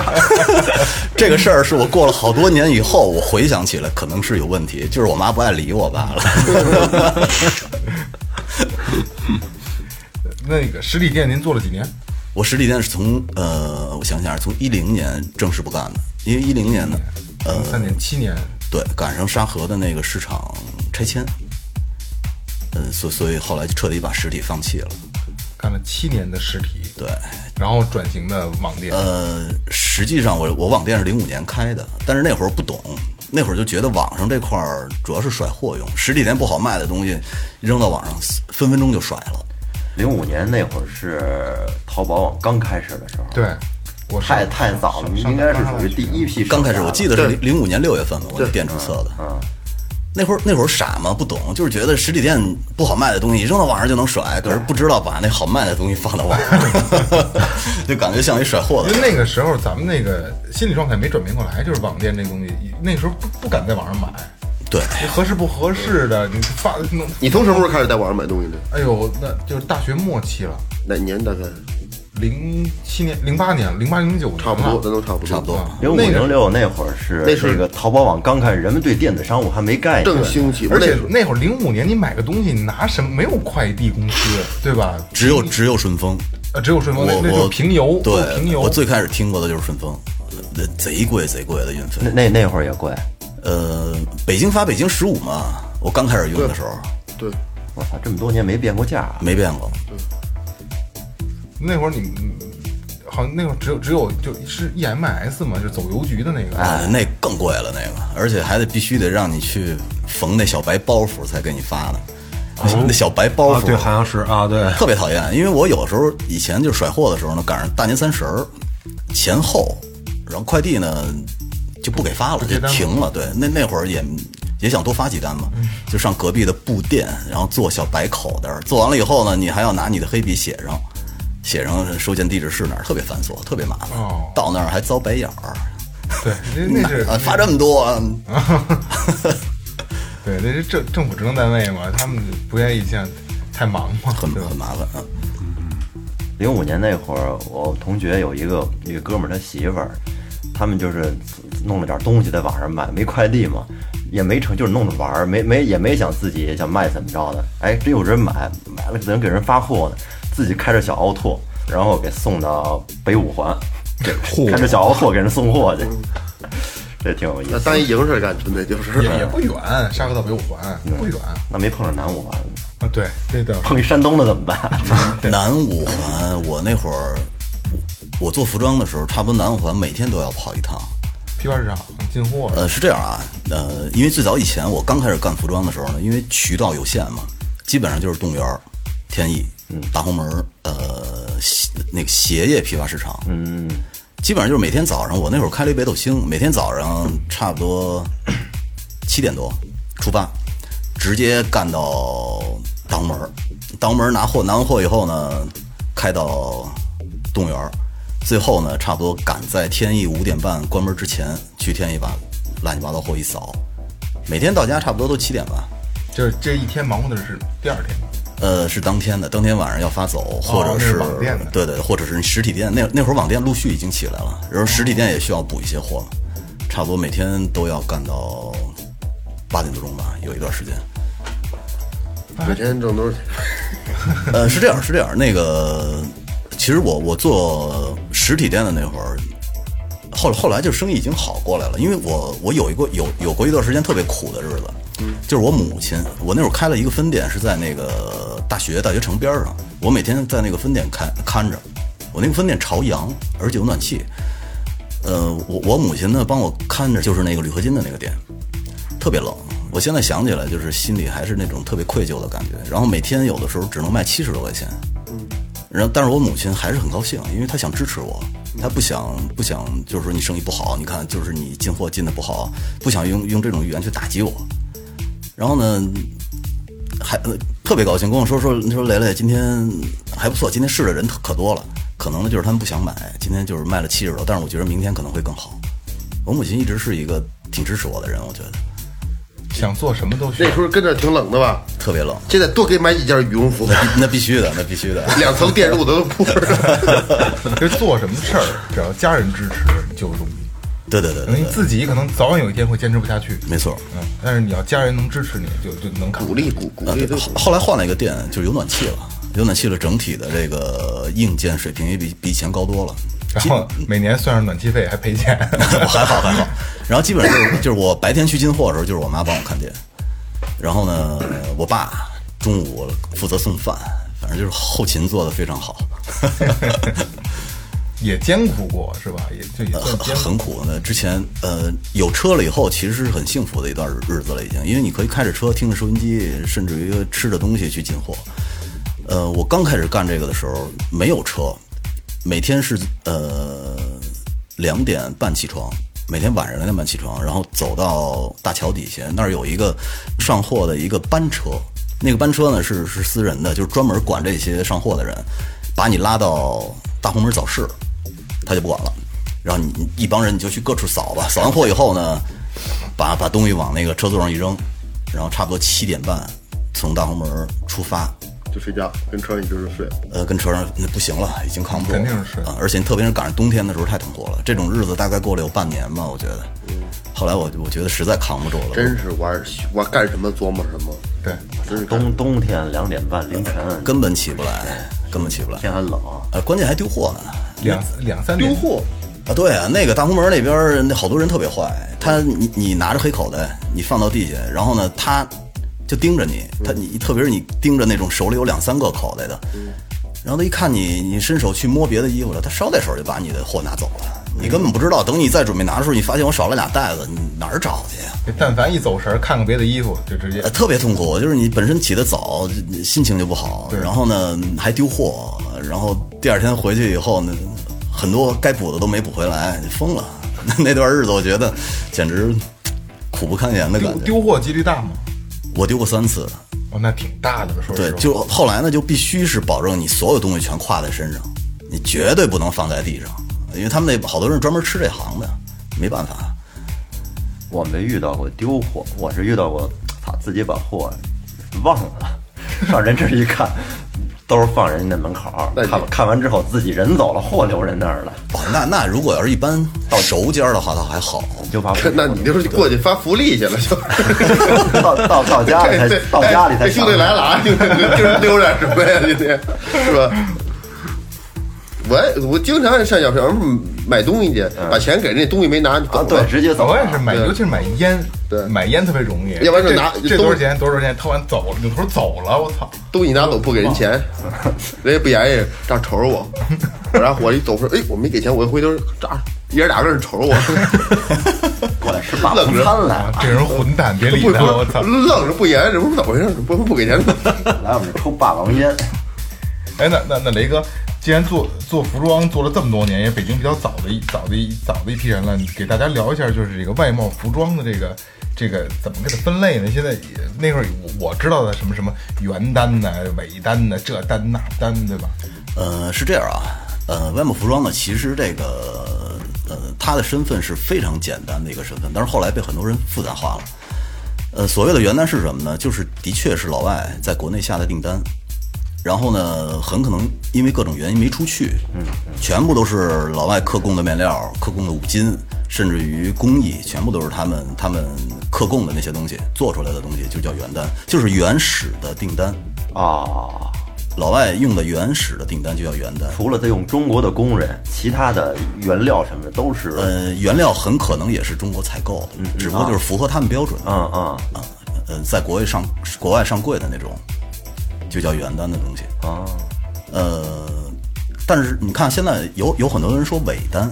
Speaker 7: 这个事儿是我过了好多年以后，我回想起来可能是有问题，就是我妈不爱理我罢 了。
Speaker 3: 那个实体店您做了几年？
Speaker 7: 我实体店是从呃，我想想，从一零年正式不干的，因为一零年呢，呃
Speaker 3: 零三年、七年，
Speaker 7: 对，赶上沙河的那个市场拆迁，嗯，所所以后来就彻底把实体放弃了。
Speaker 3: 干了七年的实体，
Speaker 7: 对，
Speaker 3: 然后转型的网店。
Speaker 7: 呃，实际上我我网店是零五年开的，但是那会儿不懂，那会儿就觉得网上这块儿主要是甩货用，实体店不好卖的东西扔到网上分分钟就甩了。
Speaker 6: 零五年那会儿是淘宝网刚开始的时候，，
Speaker 3: 对，我是
Speaker 6: 太太早了，你应该是属于第一批上架的。
Speaker 7: 刚开始我记得是零零五年六月份吧，我
Speaker 9: 对
Speaker 7: 那店注册的。
Speaker 6: 嗯，
Speaker 7: 那会儿那会儿傻嘛，不懂，就是觉得实体店不好卖的东西扔到网上就能甩，可是不知道把那好卖的东西放到网上， 就感觉像一甩货
Speaker 3: 因
Speaker 7: 的。
Speaker 3: 为那个时候咱们那个心理状态没转变过来，就是网店这东西，那时候不不敢在网上买，
Speaker 7: 对，
Speaker 3: 合适不合适的，你发弄，
Speaker 9: 你从什么时候开始在网上买东西的？
Speaker 3: 哎呦，那就是大学末期了，
Speaker 9: 哪年大概？
Speaker 3: 零七年、零八年、啊零八零九
Speaker 9: 差不多，咱都差不多。
Speaker 7: 差不多。
Speaker 6: 零五零六那会儿是
Speaker 9: 那是
Speaker 6: 这个淘宝网刚开始，人们对电子商务还没概念，
Speaker 9: 正兴起，
Speaker 3: 而且
Speaker 9: 那时候
Speaker 3: 那会儿零五年，你买个东西你拿什么？没有快递公司，对吧？
Speaker 7: 只有只有顺丰，
Speaker 3: 呃只有顺
Speaker 7: 我
Speaker 3: 丰，那那就是
Speaker 7: 我
Speaker 3: 平邮，都是
Speaker 7: 对，
Speaker 3: 平邮。
Speaker 7: 我最开始听过的就是顺丰，呃贼贵贼贵的运费
Speaker 6: 那。那那会儿也贵，
Speaker 7: 呃，北京发北京十五嘛，我刚开始用的时候
Speaker 9: 对，
Speaker 6: 我操，这么多年没变过价啊。
Speaker 7: 没变过。
Speaker 3: 那会儿你好像那会儿只有只有就是 EMS 嘛，就是走邮局的那个。
Speaker 7: 哎，那更贵了，那个，而且还得必须得让你去缝那小白包袱才给你发呢。那小白包
Speaker 8: 啊，
Speaker 7: 袱，
Speaker 8: 对，好像是啊，对，
Speaker 7: 特别讨厌，因为我有时候以前就甩货的时候呢，赶上大年三十儿前后，然后快递呢就不给发了，就
Speaker 3: 单了
Speaker 7: 停了。对，那那会儿也也想多发几单嘛，就上隔壁的布店，然后做小白口袋儿，做完了以后呢，你还要拿你的黑笔写上，写上收件地址是哪儿，特别繁琐，特别麻烦。
Speaker 3: 哦
Speaker 7: 到那儿还遭白眼儿，
Speaker 3: 对，那那是
Speaker 7: 啊，发这么多啊，
Speaker 3: 对，那是政政府职能单位嘛，他们不愿意像太忙嘛，
Speaker 7: 很
Speaker 3: 对吧
Speaker 7: 很？麻烦啊。
Speaker 6: 零五年那会儿，我同学有一个一个哥们儿，他媳妇儿，他们就是弄了点东西在网上买，没快递嘛，也没成，就是弄着玩儿，没没也没想自己想卖怎么着的。哎，真有人买，买了可能给人发货呢，自己开着小奥拓，然后给送到北五环，给开着小奥拓给人送货去，嗯这挺有意
Speaker 9: 那
Speaker 6: 思。
Speaker 9: 当一营事干，纯粹就是
Speaker 3: 也也不远，沙河到北五环
Speaker 7: 嗯
Speaker 3: 不远
Speaker 6: 那没碰上南五环，
Speaker 3: 啊。对，这倒是
Speaker 6: 碰一山东的怎么办？
Speaker 7: 南五环，我那会儿我做服装的时候，差不多南五环每天都要跑一趟。
Speaker 3: 批发市场进货，
Speaker 7: 呃，是这样啊，呃，因为最早以前我刚开始干服装的时候呢，因为渠道有限嘛，基本上就是动物园儿、天意、大红门儿、呃，鞋那个鞋业批发市场，
Speaker 6: 嗯，
Speaker 7: 基本上就是每天早上，我那会儿开了一北斗星，每天早上差不多七点多出发，直接干到大红门儿，大红门儿拿货，拿完货以后呢，开到动物园儿，最后呢，差不多赶在天意五点半关门之前去天意把乱七八糟货一扫，每天到家差不多都七点吧。
Speaker 3: 就是这一天忙活的是第二天。
Speaker 7: 呃，是当天的，当天晚上要发走，或者
Speaker 3: 哦那是
Speaker 7: 是、
Speaker 3: 网店的
Speaker 7: 对对，或者是实体店。那那会儿网店陆续已经起来了，然后实体店也需要补一些货了，差不多每天都要干到八点多钟吧，有一段时间。
Speaker 9: 每天挣多少钱？
Speaker 7: 呃，是这样，是这样。那个，其实我我做实体店的那会儿，后后来就生意已经好过来了，因为我我有一个有有过一段时间特别苦的日子，就是我母亲，我那会儿开了一个分店是在那个大学大学城边儿上，我每天在那个分店看看着，我那个分店朝阳，而且有暖气。呃，我我母亲呢帮我看着，就是那个铝合金的那个店，特别冷。我现在想起来，就是心里还是那种特别愧疚的感觉。然后每天有的时候只能卖七十多块钱，然后但是我母亲还是很高兴，因为她想支持我，她不想不想就是说你生意不好，你看就是你进货进的不好，不想用用这种语言去打击我。然后呢，还呃特别高兴，跟我说说，你说磊磊今天还不错，今天试的人可多了，可能呢就是他们不想买，今天就是卖了七十多，但是我觉得明天可能会更好。我母亲一直是一个挺支持我的人，我觉得
Speaker 3: 想做什么都需
Speaker 9: 那
Speaker 3: 要。
Speaker 9: 时候跟这儿挺冷的吧？
Speaker 7: 特别冷，
Speaker 9: 现在多给买几件羽绒 服，
Speaker 7: 那必须的，那必须的。
Speaker 9: 两层电褥子都铺着。
Speaker 3: 就是做什么事儿，只要家人支持，你就有动力。
Speaker 7: 对对对
Speaker 3: 可能
Speaker 7: 对
Speaker 3: 你
Speaker 7: 对，
Speaker 3: 自己可能早晚有一天会坚持不下去，
Speaker 7: 没错。
Speaker 3: 嗯，但是你要家人能支持你，就就能扛。
Speaker 9: 鼓励鼓鼓
Speaker 7: 啊，
Speaker 9: 励
Speaker 7: 对，
Speaker 9: 都
Speaker 7: 后后来换了一个店，就是有暖气了，有暖气了，整体的这个硬件水平也比比以前高多了。
Speaker 3: 然
Speaker 7: 基
Speaker 3: 后每年算上暖气费还赔钱，
Speaker 7: 我还好还好。然后基本上就是就是我白天去进货的时候，就是我妈帮我看店，然后呢，我爸中午负责送饭，反正就是后勤做的非常好，
Speaker 3: 也艰苦过是吧？也就也算艰
Speaker 7: 呃很
Speaker 3: 苦。
Speaker 7: 很苦呢。之前呃有车了以后，其实是很幸福的一段日子了，已经，因为你可以开着车，听着收音机，甚至于吃着东西去进货。呃，我刚开始干这个的时候没有车，每天是呃两点半起床，每天晚上两点半起床，然后走到大桥底下那儿有一个上货的一个班车，那个班车呢是是私人的，就是专门管这些上货的人，把你拉到大红门早市，他就不管了，然后你你一帮人你就去各处扫吧，扫完货以后呢，把把东西往那个车座上一扔，然后差不多七点半从大红门出发，
Speaker 9: 就睡觉，跟车里就是睡。
Speaker 7: 呃，跟车上那不行了，已经扛不住了，
Speaker 3: 肯定是
Speaker 7: 啊、而且特别是赶上冬天的时候太痛苦了，这种日子大概过了有半年吧，我觉得。后来我我觉得实在扛不住了，
Speaker 9: 真是玩玩干什么琢磨什么，
Speaker 3: 对，
Speaker 9: 真是干
Speaker 6: 冬冬天两点半凌晨，
Speaker 7: 根本起不来，根本起不来。
Speaker 6: 天还冷，啊
Speaker 7: 呃，关键还丢货呢。
Speaker 3: 两两三
Speaker 9: 丢
Speaker 3: 年
Speaker 9: 货。
Speaker 7: 啊，对啊，那个大红门那边儿那好多人特别坏，他你你拿着黑口袋，你放到地下，然后呢，他就盯着你，他你特别是你盯着那种手里有两三个口袋的，然后他一看你你伸手去摸别的衣服了，他捎带手就把你的货拿走了，你根本不知道，等你再准备拿的时候，你发现我少了俩袋子，你哪儿找去呀、啊
Speaker 3: 但凡一走神儿，看看别的衣服，就直接
Speaker 7: 呃，特别痛苦，就是你本身起得早，就心情就不好，然后呢还丢货，然后第二天回去以后呢，很多该补的都没补回来，疯了。 那段日子我觉得简直苦不堪言的
Speaker 3: 丢
Speaker 7: 感觉。
Speaker 3: 丢货几率大吗？
Speaker 7: 我丢过三次，
Speaker 3: 哦，那挺大的了，说实
Speaker 7: 对，
Speaker 3: 话。
Speaker 7: 就后来呢就必须是保证你所有东西全挎在身上，你绝对不能放在地上，因为他们那好多人专门吃这行的，没办法。
Speaker 6: 我没遇到过丢货，我是遇到过，操，自己把货忘了，上人这一看，兜儿放人家那门口儿，
Speaker 9: 那你
Speaker 6: 啊看完看完之后自己人走了，货留人那儿了，
Speaker 7: 哦，那那如果要是一般到熟间儿的话倒还好，
Speaker 6: 你就把货
Speaker 9: 那你就是过去发福利去了，就是
Speaker 6: 到到到 家里 才
Speaker 9: 对
Speaker 6: 到家里才
Speaker 9: 哎兄弟来了 啊！兄弟，今儿丢点什么呀？今天是吧？我我经常上小票买东西去，把钱给人家东西没拿就走
Speaker 6: 嗯啊，
Speaker 9: 了。
Speaker 6: 对，直接走
Speaker 3: 我
Speaker 6: 了
Speaker 3: 也是买，
Speaker 9: 对
Speaker 3: 尤其是买烟，
Speaker 9: 对
Speaker 3: 买烟特别容易。
Speaker 9: 要不然就拿
Speaker 3: 这这多少钱？多少钱？掏完走了，扭头走了，我操！
Speaker 9: 东西拿走不给人钱，人家不言语，这样瞅着我，然后我一走说，哎，我没给钱，我一回头，这样爷儿俩跟人瞅着我，
Speaker 6: 过来吃霸王
Speaker 9: 愣着
Speaker 6: 餐来
Speaker 3: 啊
Speaker 6: 了，
Speaker 3: 这人混蛋，别理
Speaker 9: 不
Speaker 3: 他，哎我操！
Speaker 9: 不愣着不言，这不是怎么回事？不不给钱，
Speaker 6: 来我们这抽霸王烟，
Speaker 3: 哎，那那那雷哥，既然做做服装做了这么多年，也北京比较早的一早的一早的一批人了，你给大家聊一下，就是这个外贸服装的这个这个怎么给它分类呢？现在也那会儿我我知道的什么什么原单呐、尾单呐、这单那单，对吧？
Speaker 7: 呃，是这样啊，呃，外贸服装呢，其实这个呃，它的身份是非常简单的一个身份，但是后来被很多人复杂化了。呃，所谓的原单是什么呢？就是的确是老外在国内下的订单，然后呢，很可能因为各种原因没出去，嗯，全部都是老外客供的面料、客供的五金，甚至于工艺，全部都是他们他们客供的那些东西做出来的东西，就叫原单，就是原始的订单。
Speaker 6: 啊。
Speaker 7: 老外用的原始的订单就叫原单，
Speaker 6: 除了他用中国的工人，其他的原料什么的都是，嗯
Speaker 7: 呃，原料很可能也是中国采购的，只不过就是符合他们标准的啊、
Speaker 6: 嗯
Speaker 7: 呃，在国外上国外上柜的那种，就叫原单的东西。
Speaker 6: 啊，
Speaker 7: 呃，但是你看现在有有很多人说尾单，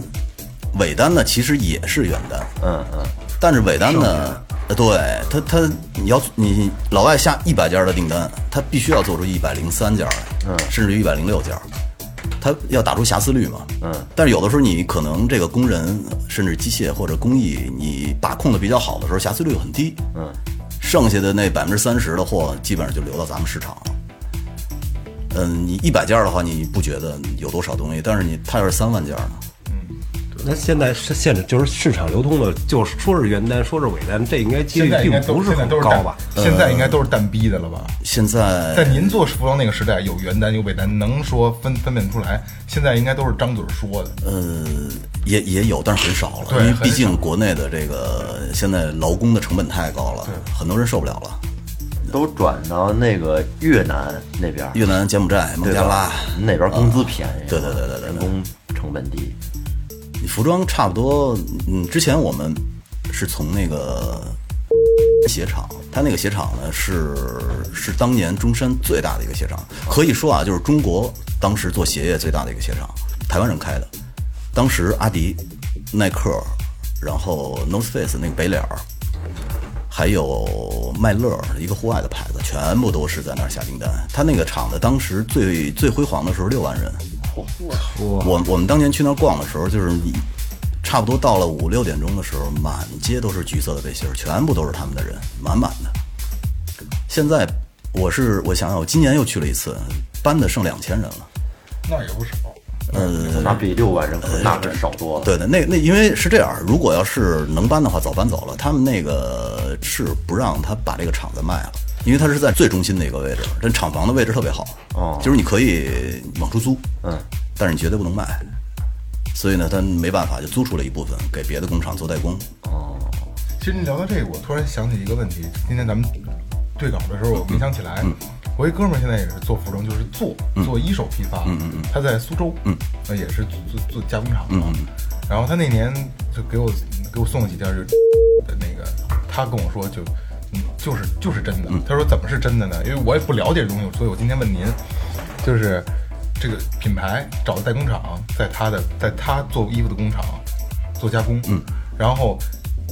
Speaker 7: 尾单呢其实也是原单，
Speaker 6: 嗯嗯，
Speaker 7: 但是尾单呢，呃对他他你要你老外下一百家的订单，他必须要做出一百零三家来，嗯，甚至于一百零六家，他要打出瑕疵率嘛，嗯，但是有的时候你可能这个工人甚至机械或者工艺你把控的比较好的时候，瑕疵率很低，嗯，剩下的那百分之三十的货基本上就流到咱们市场了。嗯，你一百件儿的话，你不觉得有多少东西？但是你它要是三万件儿呢？
Speaker 8: 那现在是现在就是市场流通的，就是说是原单，说是尾单，这应该几
Speaker 3: 现
Speaker 8: 率
Speaker 3: 在应
Speaker 8: 并
Speaker 3: 该都
Speaker 8: 不
Speaker 3: 现在
Speaker 8: 很
Speaker 3: 都是
Speaker 8: 高
Speaker 3: 蛋
Speaker 8: 吧？？呃
Speaker 3: 现在应该都是蛋逼的了吧？
Speaker 7: 现在
Speaker 3: 在您做服装那个时代，有原单有伪单，能说分分辨出来。现在应该都是张嘴说的。
Speaker 7: 呃也也有，但是很少了，
Speaker 3: 对
Speaker 7: 因为
Speaker 3: 很
Speaker 7: 毕竟国内的这个现在劳工的成本太高了，很多人受不了了。
Speaker 6: 都转到那个越南那边儿，
Speaker 7: 越南、柬埔寨、孟
Speaker 6: 对
Speaker 7: 加拉
Speaker 6: 吧，？那边工资便宜，
Speaker 7: 对对对对对对
Speaker 6: 人工成本低，
Speaker 7: 服装差不多。嗯，之前我们是从那个 鞋厂，它那个鞋厂呢是是当年中山最大的一个鞋厂，可以说啊，就是中国当时做鞋业最大的一个鞋厂，台湾人开的。当时阿迪、耐克，然后 North Face 那个北脸儿，还有麦乐一个户外的牌子，全部都是在那儿下订单。他那个厂子当时最最辉煌的时候六万人，我我们当年去那儿逛的时候，就是你差不多到了五六点钟的时候，满街都是橘色的背心儿，全部都是他们的人，满满的。现在我是我想想，我今年又去了一次，班的剩两千人了。
Speaker 3: 那也不少。
Speaker 6: 那比六万人口那是少多了。
Speaker 7: 嗯对的，那那因为是这样，如果要是能搬的话，早搬走了。他们那个是不让他把这个厂子卖了，因为它是在最中心的一个位置，但厂房的位置特别好，
Speaker 6: 哦
Speaker 7: 就是你可以往出租，
Speaker 6: 嗯，
Speaker 7: 但是你绝对不能卖。所以呢，他没办法，就租出了一部分给别的工厂做代工。
Speaker 3: 其实你聊到这个，我突然想起一个问题。今天咱们对稿的时候，我没想起来。我一哥们儿现在也是做服装，就是做做一手批发。他在苏州，那也是做做做加工厂嘛。然后他那年就给我给我送了几件，就是的那个，他跟我说就。嗯就是就是真的，他说怎么是真的呢？因为我也不了解这东西，所以我今天问您，就是这个品牌找的代工厂，在他的在他做衣服的工厂做加工，嗯，然后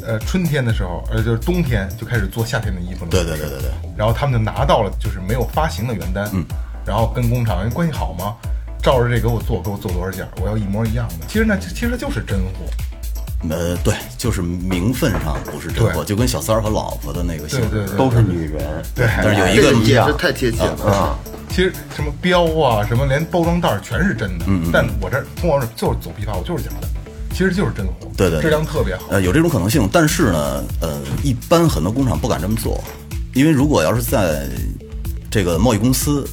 Speaker 3: 呃春天的时候，呃就是冬天就开始做夏天的衣服了，
Speaker 7: 对对对对对，
Speaker 3: 然后他们就拿到了就是没有发行的原单，嗯，然后跟工厂因为关系好嘛，照着这给我做，给我做多少件，我要一模一样的。其实呢，其实它就是真货，
Speaker 7: 呃，对，就是名分上不是真货，
Speaker 3: 对
Speaker 7: 就跟小三儿和老婆的那个性
Speaker 3: 对
Speaker 7: 质。
Speaker 3: 对对，
Speaker 6: 都是女人，
Speaker 3: 对。
Speaker 7: 但是有一
Speaker 9: 这
Speaker 7: 个
Speaker 9: 个
Speaker 7: 一
Speaker 9: 解
Speaker 7: 样
Speaker 9: 释太贴切了。
Speaker 6: 啊，
Speaker 3: 其实什么标啊，什么连包装袋儿全是真的，
Speaker 7: 嗯
Speaker 3: 但我这儿从我这儿就是走批发，我就是假的，其实就是真货，
Speaker 7: 对对对
Speaker 3: 质量特别好。
Speaker 7: 呃，有这种可能性，但是呢，呃，一般很多工厂不敢这么做，因为如果要是在这个贸易公司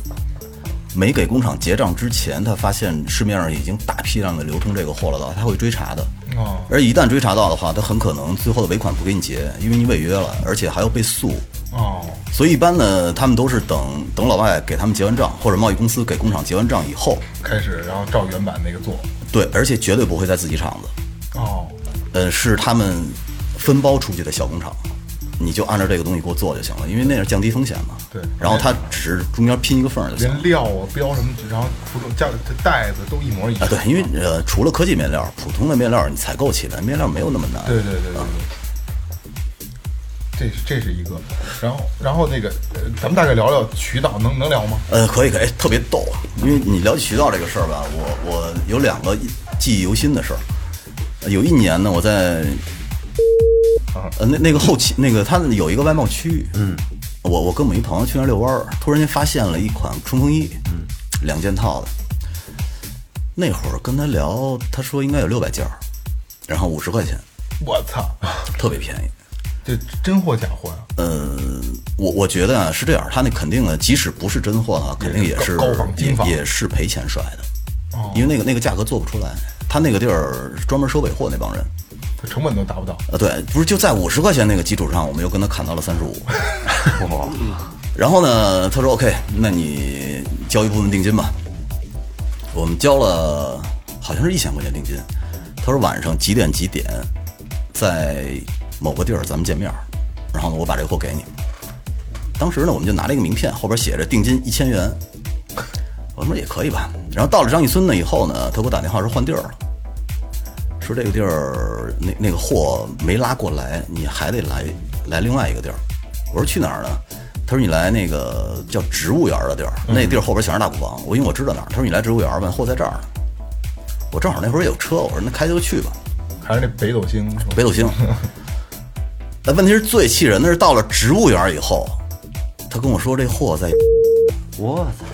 Speaker 7: 没给工厂结账之前，他发现市面上已经大批量的流通这个货了的话，他会追查的。
Speaker 3: 哦
Speaker 7: 而一旦追查到的话，他很可能最后的尾款不给你结，因为你违约了，而且还要被诉。
Speaker 3: 哦，
Speaker 7: 所以一般呢，他们都是等等老外给他们结完账，或者贸易公司给工厂结完账以后，
Speaker 3: 开始然后照原版那个做，
Speaker 7: 对，而且绝对不会在自己厂子。
Speaker 3: 哦，
Speaker 7: 呃，是他们分包出去的小工厂，你就按照这个东西给我做就行了，因为那样降低风险嘛。
Speaker 3: 对
Speaker 7: 然后他只是中间拼一个缝儿就行
Speaker 3: 连
Speaker 7: 了。
Speaker 3: 料啊、标什么，然后服装加这袋子都一模一
Speaker 7: 啊
Speaker 3: 样。，
Speaker 7: 对，因为呃，除了科技面料，普通的面料你采购起来面料没有那么难。
Speaker 3: 对对对对对，这是这是一个。然后然后那个，呃咱们大概聊聊渠道，能能聊吗？
Speaker 7: 呃，可以可以，特别逗啊！因为你了解渠道这个事儿吧，我我有两个记忆犹新的事儿。呃有一年呢，我在呃那那个后期那个它有一个外贸区域，嗯，我我跟我们一朋友去那儿遛弯儿，突然间发现了一款冲锋衣，嗯，两件套的。那会儿跟他聊，他说应该有六百件儿，然后五十块钱，
Speaker 3: 我操，
Speaker 7: 特别便宜。
Speaker 3: 这真货假货啊呀、
Speaker 7: 呃，我我觉得啊是这样，他那肯定呢，即使不是真货啊，肯定也是
Speaker 3: 高仿精仿哦
Speaker 7: 也也是赔钱甩的，因为那个那个价格做不出来，他那个地儿专门收尾货那帮人，
Speaker 3: 这成本都达不到。
Speaker 7: 呃，对，不是就在五十块钱那个基础上，我们又跟他砍到了三十五，然后呢，他说 OK，那你交一部分定金吧，我们交了好像是一千块钱定金，他说晚上几点几点在某个地儿咱们见面儿，然后呢我把这个货给你。当时呢，我们就拿了一个名片，后边写着定金一千元。我说也可以吧。然后到了张义村呢以后呢，他给我打电话说换地儿了，说这个地儿那那个货没拉过来，你还得来来另外一个地儿。我说去哪儿呢？他说你来那个叫植物园的地儿，那地儿后边全是大骨房。我因为我知道哪儿，他说你来植物园吧，货在这儿呢。我正好那会儿有车，我说那开车就去吧。
Speaker 3: 还是那北斗星是吧？
Speaker 7: 北斗 星。但问题是最气人的是，到了植物园以后，他跟我说这货在，嗯
Speaker 6: 我操！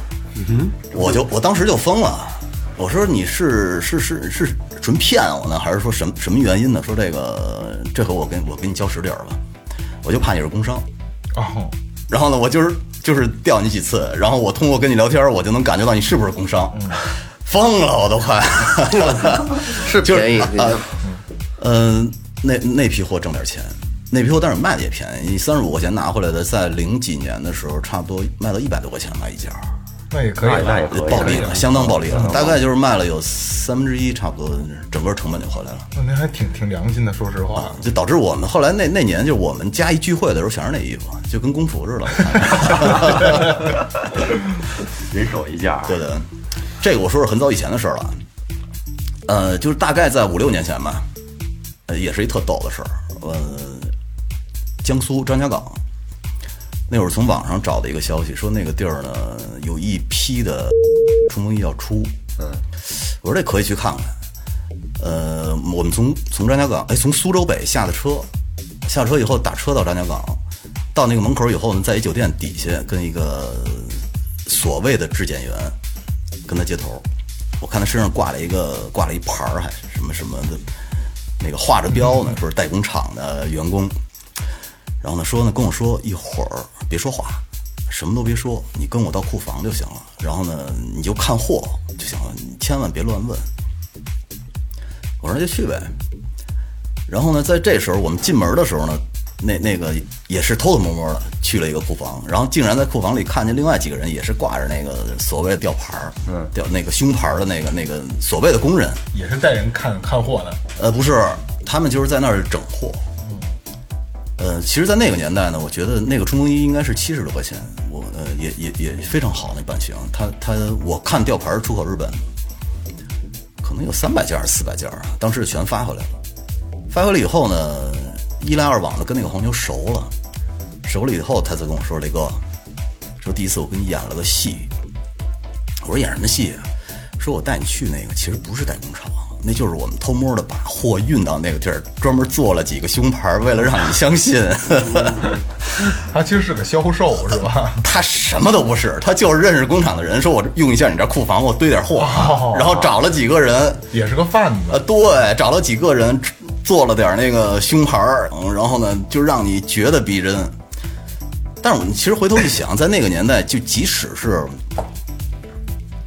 Speaker 7: 我就我当时就疯了，我说你是是是是纯骗我呢，还是说什么什么原因呢？说这个这回我跟我给你交实底儿吧，我就怕你是工伤。
Speaker 3: 哦，
Speaker 7: 然后呢，我就是就是吊你几次，然后我通过跟你聊天，我就能感觉到你是不是工伤，疯了我都快，
Speaker 9: 是
Speaker 7: 就是
Speaker 9: 便宜，
Speaker 7: 啊啊嗯、那那批货挣点钱，那批货但是卖的也便宜，三十五块钱拿回来的，在零几年的时候差不多卖到一百多块钱吧一件儿，
Speaker 3: 那也可以
Speaker 6: 那那也
Speaker 3: 了。
Speaker 6: 可以，
Speaker 7: 暴利了，相当暴利了，
Speaker 6: 暴利
Speaker 7: 大概就是卖了有三分之一，差不多整个成本就回来了。啊
Speaker 3: 那那还挺挺良心的，说实话。
Speaker 7: 就导致我们后来那那年，就是我们家一聚会的时候全是那衣服，就跟工服似的。
Speaker 6: 人手一件。
Speaker 7: 对的，这个我说是很早以前的事儿了，呃，就是大概在五六年前吧，呃，也是一特逗的事儿，呃，江苏张家港那会儿从网上找的一个消息，说那个地儿呢有一批的冲锋衣要出，嗯，我说这可以去看看，呃，我们从从张家港，哎，从苏州北下的车，下车以后打车到张家港，到那个门口以后呢，在一酒店底下跟一个所谓的质检员跟他接头，我看他身上挂了一个挂了一牌儿，还是什么什么的，那个画着标呢，说是代工厂的员工，然后呢说呢跟我说一会儿别说话。什么都别说，你跟我到库房就行了。然后呢，你就看货就行了，你千万别乱问。我说那就去呗。然后呢，在这时候我们进门的时候呢，那那个也是偷偷摸摸的去了一个库房，然后竟然在库房里看见另外几个人也是挂着那个所谓的吊牌儿，嗯，吊那个胸牌儿的那个那个所谓的工人，
Speaker 3: 也是带人看看货的，
Speaker 7: 呃，不是，他们就是在那儿整货。呃，其实，在那个年代呢，我觉得那个冲锋衣应该是七十多块钱，我呃也也也非常好那版型。它它我看吊牌儿出口日本，可能有三百件儿、四百件儿，啊当时全发回来了。发回来以后呢，一来二往的跟那个黄牛熟了，熟了以后，他才跟我说：“雷哥，说第一次我给你演了个戏。”我说：“演什么戏啊？”说：“我带你去那个，其实不是代工厂，啊那就是我们偷摸的把货运到那个地儿，专门做了几个胸牌，为了让你相信。
Speaker 3: 他其实是个销售，是吧？
Speaker 7: 他什么都不是，他就是认识工厂的人，说我用一下你这库房，我堆点货，啊
Speaker 3: 哦
Speaker 7: 然后找了几个人，
Speaker 3: 也是个贩
Speaker 7: 呃，
Speaker 3: 子，
Speaker 7: 对，找了几个人做了点那个胸牌儿，嗯然后呢，就让你觉得逼真。但是我们其实回头一想，在那个年代，就即使是，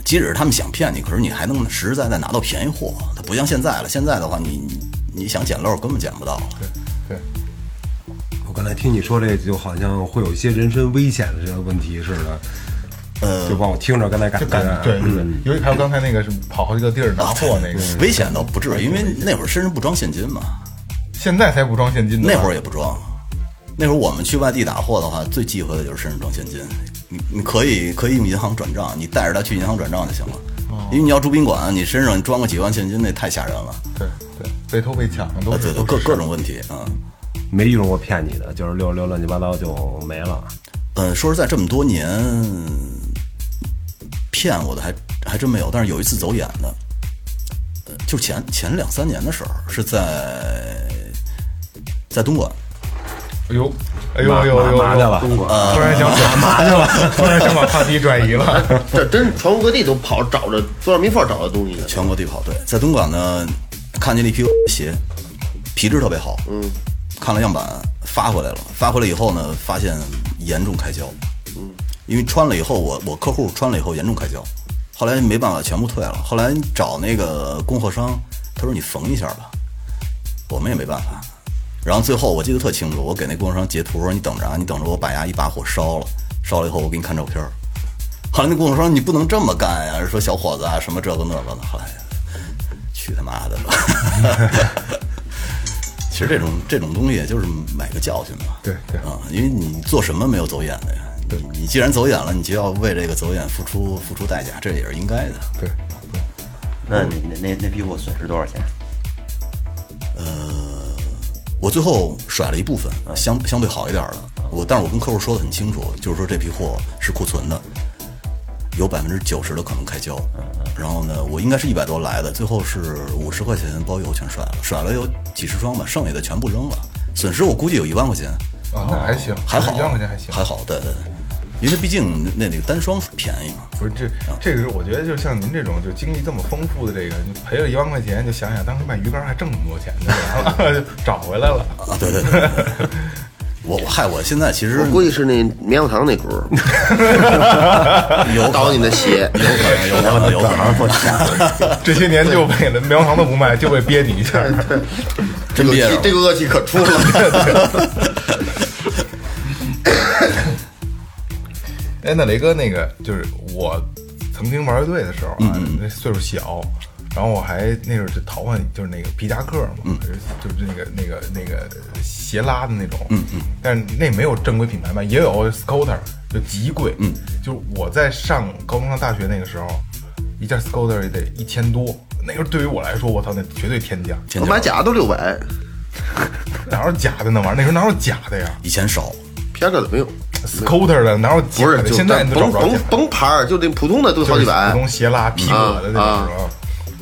Speaker 7: 即使是他们想骗你，可是你还能实实在在拿到便宜货。它不像现在了，现在的话你，你你想捡漏根本捡不到。
Speaker 3: 对，
Speaker 5: 我刚才听你说这，就好像会有一些人身危险的这个问题似的，
Speaker 7: 呃
Speaker 5: 就帮我听着刚才感
Speaker 3: 就感觉
Speaker 5: 觉，嗯
Speaker 3: 对对对，尤其还有刚才那个什么跑好几个地儿拿货那个，
Speaker 7: 危险倒不至于，因为那会儿身上不装现金嘛，
Speaker 3: 现在才不装现金的，
Speaker 7: 那会儿也不装。那会儿我们去外地打货的话，最忌讳的就是身上装现金。你你可以可以用银行转账，你带着它去银行转账就行了。
Speaker 3: 哦
Speaker 7: 因为你要住宾馆，你身上装个几万现金，那太吓人了。
Speaker 3: 对对，被偷被抢都
Speaker 7: 啊，
Speaker 3: 是
Speaker 7: 对对，
Speaker 3: 都
Speaker 7: 各
Speaker 3: 是
Speaker 7: 各种问题啊。
Speaker 8: 没遇着过骗你的，就是溜溜乱七八糟就没了。
Speaker 7: 嗯，呃说实在，这么多年骗我的还还真没有，但是有一次走眼的，呃，就前前两三年的时候，是在在东莞，
Speaker 3: 哎呦哎呦哎呦哎呦，
Speaker 8: 麻麻去了，
Speaker 7: 嗯
Speaker 3: 突然想干嘛去了？突然想把话题转移了。
Speaker 9: 这真是全国各地都跑找着多少没法找着东西呢。
Speaker 7: 全国地跑队，在东莞呢，看见了一批 鞋，皮质特别好，嗯，看了样板发回来了，发回来以后呢，发现严重开销，嗯，因为穿了以后，我我客户穿了以后严重开销，后来没办法全部退了，后来找那个供货商，他说你缝一下吧，我们也没办法。然后最后我记得特清楚，我给那供货商截图，我说你等着啊，你等着，我把牙一把火烧了，烧了以后我给你看照片儿。后来那供货商你不能这么干呀，说小伙子啊什么这个那个的，后来去他妈的吧。 其实这种这种东西也就是买个教训嘛。
Speaker 3: 对对
Speaker 7: 啊，因为你做什么没有走眼的呀？对你既然走眼了，你就要为这个走眼付出付出代价，这也是应该的。
Speaker 3: 对，
Speaker 6: 那你那那那批货损失多少钱？
Speaker 7: 我最后甩了一部分，
Speaker 3: 嗯
Speaker 7: 相相对好一点的。我，但是我跟客户说的很清楚，就是说这批货是库存的，有百分之九十的可能开胶。
Speaker 3: 嗯
Speaker 7: 然后呢，我应该是一百多来的，最后是五十块钱包邮全甩了，甩了有几十双吧，剩下的全部扔了，损失我估计有一万块钱，
Speaker 3: 啊，那还行，
Speaker 7: 还好，
Speaker 3: 一万块钱还行，
Speaker 7: 还好，对对对，因为毕竟那那个单双便宜嘛。
Speaker 3: 不是这这个是我觉得，就像您这种就经历这么丰富的这个，你赔了一万块钱，就想想当时卖鱼竿还挣那么多钱呢，然后就找回来了。
Speaker 7: 啊，对对对，对对我我害我现在其实
Speaker 9: 我估计是那棉花糖那股儿，
Speaker 7: 有
Speaker 9: 倒你的鞋，
Speaker 7: 有可能有 可能有可能，
Speaker 3: 这些年就为了棉花糖都不卖，就为憋你一下。
Speaker 9: 这
Speaker 7: 真
Speaker 9: 个
Speaker 7: 憋着
Speaker 9: 气这个恶气可出了。
Speaker 3: 哎，那雷哥，那个就是我曾经玩乐队的时候啊，那岁数小，然后我还那时候就淘换就是那个皮夹克嘛，就是就是那个那个那个斜拉的那种，嗯嗯，但是那没有正规品牌卖，也有 Scooter，就极贵，嗯，就是我在上高中上大学那个时候，一件 Scooter 也得一千多。那时候对于我来说，我操，那绝对天价！
Speaker 7: 前
Speaker 9: 我
Speaker 7: 脚
Speaker 9: 买假的都六百，
Speaker 3: 哪有假的那玩意儿？那时候哪有假的呀
Speaker 7: 以前少，
Speaker 9: 偏着的没有。
Speaker 3: ？Scooter 的哪有假
Speaker 9: 不是，
Speaker 3: 的？
Speaker 9: 就
Speaker 3: 现在
Speaker 9: 咱
Speaker 3: 你都找
Speaker 9: 甭
Speaker 3: 不着假
Speaker 9: 甭
Speaker 3: 的
Speaker 9: 甭牌儿，就那普通的都
Speaker 3: 就
Speaker 9: 好
Speaker 3: 是
Speaker 9: 几百
Speaker 3: 普。通斜拉屁股的那种
Speaker 9: 啊
Speaker 3: 时候，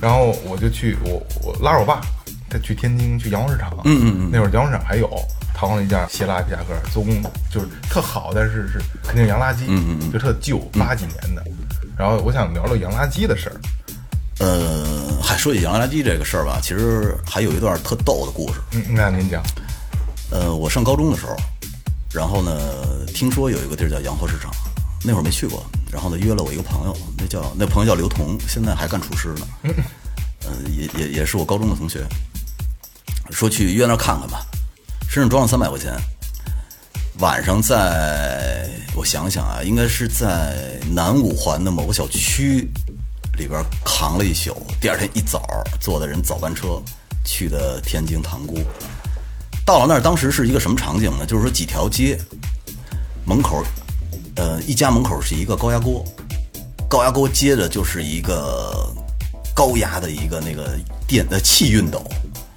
Speaker 3: 然后我就去我我拉着我爸，他去天津去洋货市场，嗯嗯嗯，那会儿洋货市场还有淘了一架斜拉皮夹克，做工就是特好，但是是肯定洋垃圾，嗯嗯，就特旧，八几年的。然后我想聊聊洋垃圾的事儿，
Speaker 7: 呃，还说起洋垃圾这个事儿吧，其实还有一段特逗的故事。
Speaker 3: 嗯，那您讲，
Speaker 7: 呃，我上高中的时候，然后呢，听说有一个地儿叫洋货市场，那会儿没去过，然后呢，约了我一个朋友，那叫那朋友叫刘同，现在还干厨师呢，呃，也也也是我高中的同学，说去约那儿看看吧，身上装了三百块钱，晚上在我想想啊，应该是在南五环的某个小区里边扛了一宿，第二天一早坐的人早班车去的天津塘沽。到了那儿，当时是一个什么场景呢？就是说几条街门口，呃，一家门口是一个高压锅，高压锅接着就是一个高压的一个那个电呃气熨斗，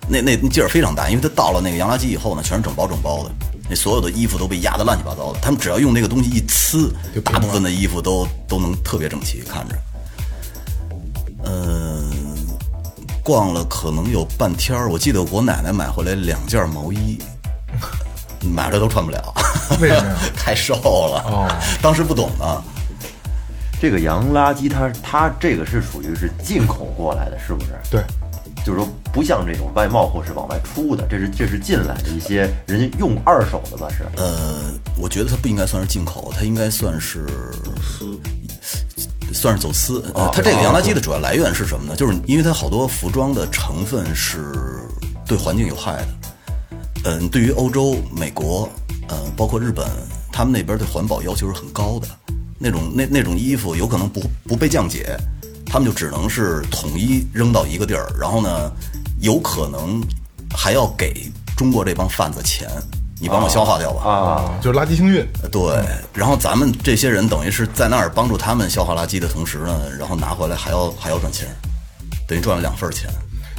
Speaker 7: 那那那劲儿非常大，因为它到了那个洋垃圾以后呢，全是整包整包的，那所有的衣服都被压得乱七八糟的。他们只要用那个东西一呲，大部分的衣服都都能特别整齐，看着。嗯，逛了可能有半天儿，我记得我给我奶奶买回来两件毛衣，买回来都穿不了，
Speaker 3: 为什么呀？
Speaker 7: 太瘦了。
Speaker 3: 哦
Speaker 7: 当时不懂呢，
Speaker 6: 这个洋垃圾它它这个是属于是进口过来的，是不是？
Speaker 3: 对，
Speaker 6: 就是说不像这种外贸货是往外出的，这是这是进来的一些人家用二手的吧？是
Speaker 3: 啊
Speaker 7: 呃，我觉得它不应该算是进口，它应该算是算是走私。呃它这个洋垃圾的主要来源是什么呢？就是因为它好多服装的成分是对环境有害的。嗯、对于欧洲、美国，呃，包括日本，他们那边对环保要求是很高的。那种那那种衣服有可能不不被降解，他们就只能是统一扔到一个地儿，然后呢，有可能还要给中国这帮贩子钱，你帮我消化掉吧。
Speaker 6: 啊，
Speaker 3: 就是垃圾清运，
Speaker 7: 对，然后咱们这些人等于是在那儿帮助他们消化垃圾的同时呢，然后拿回来还要还要赚钱，等于赚了两份儿钱。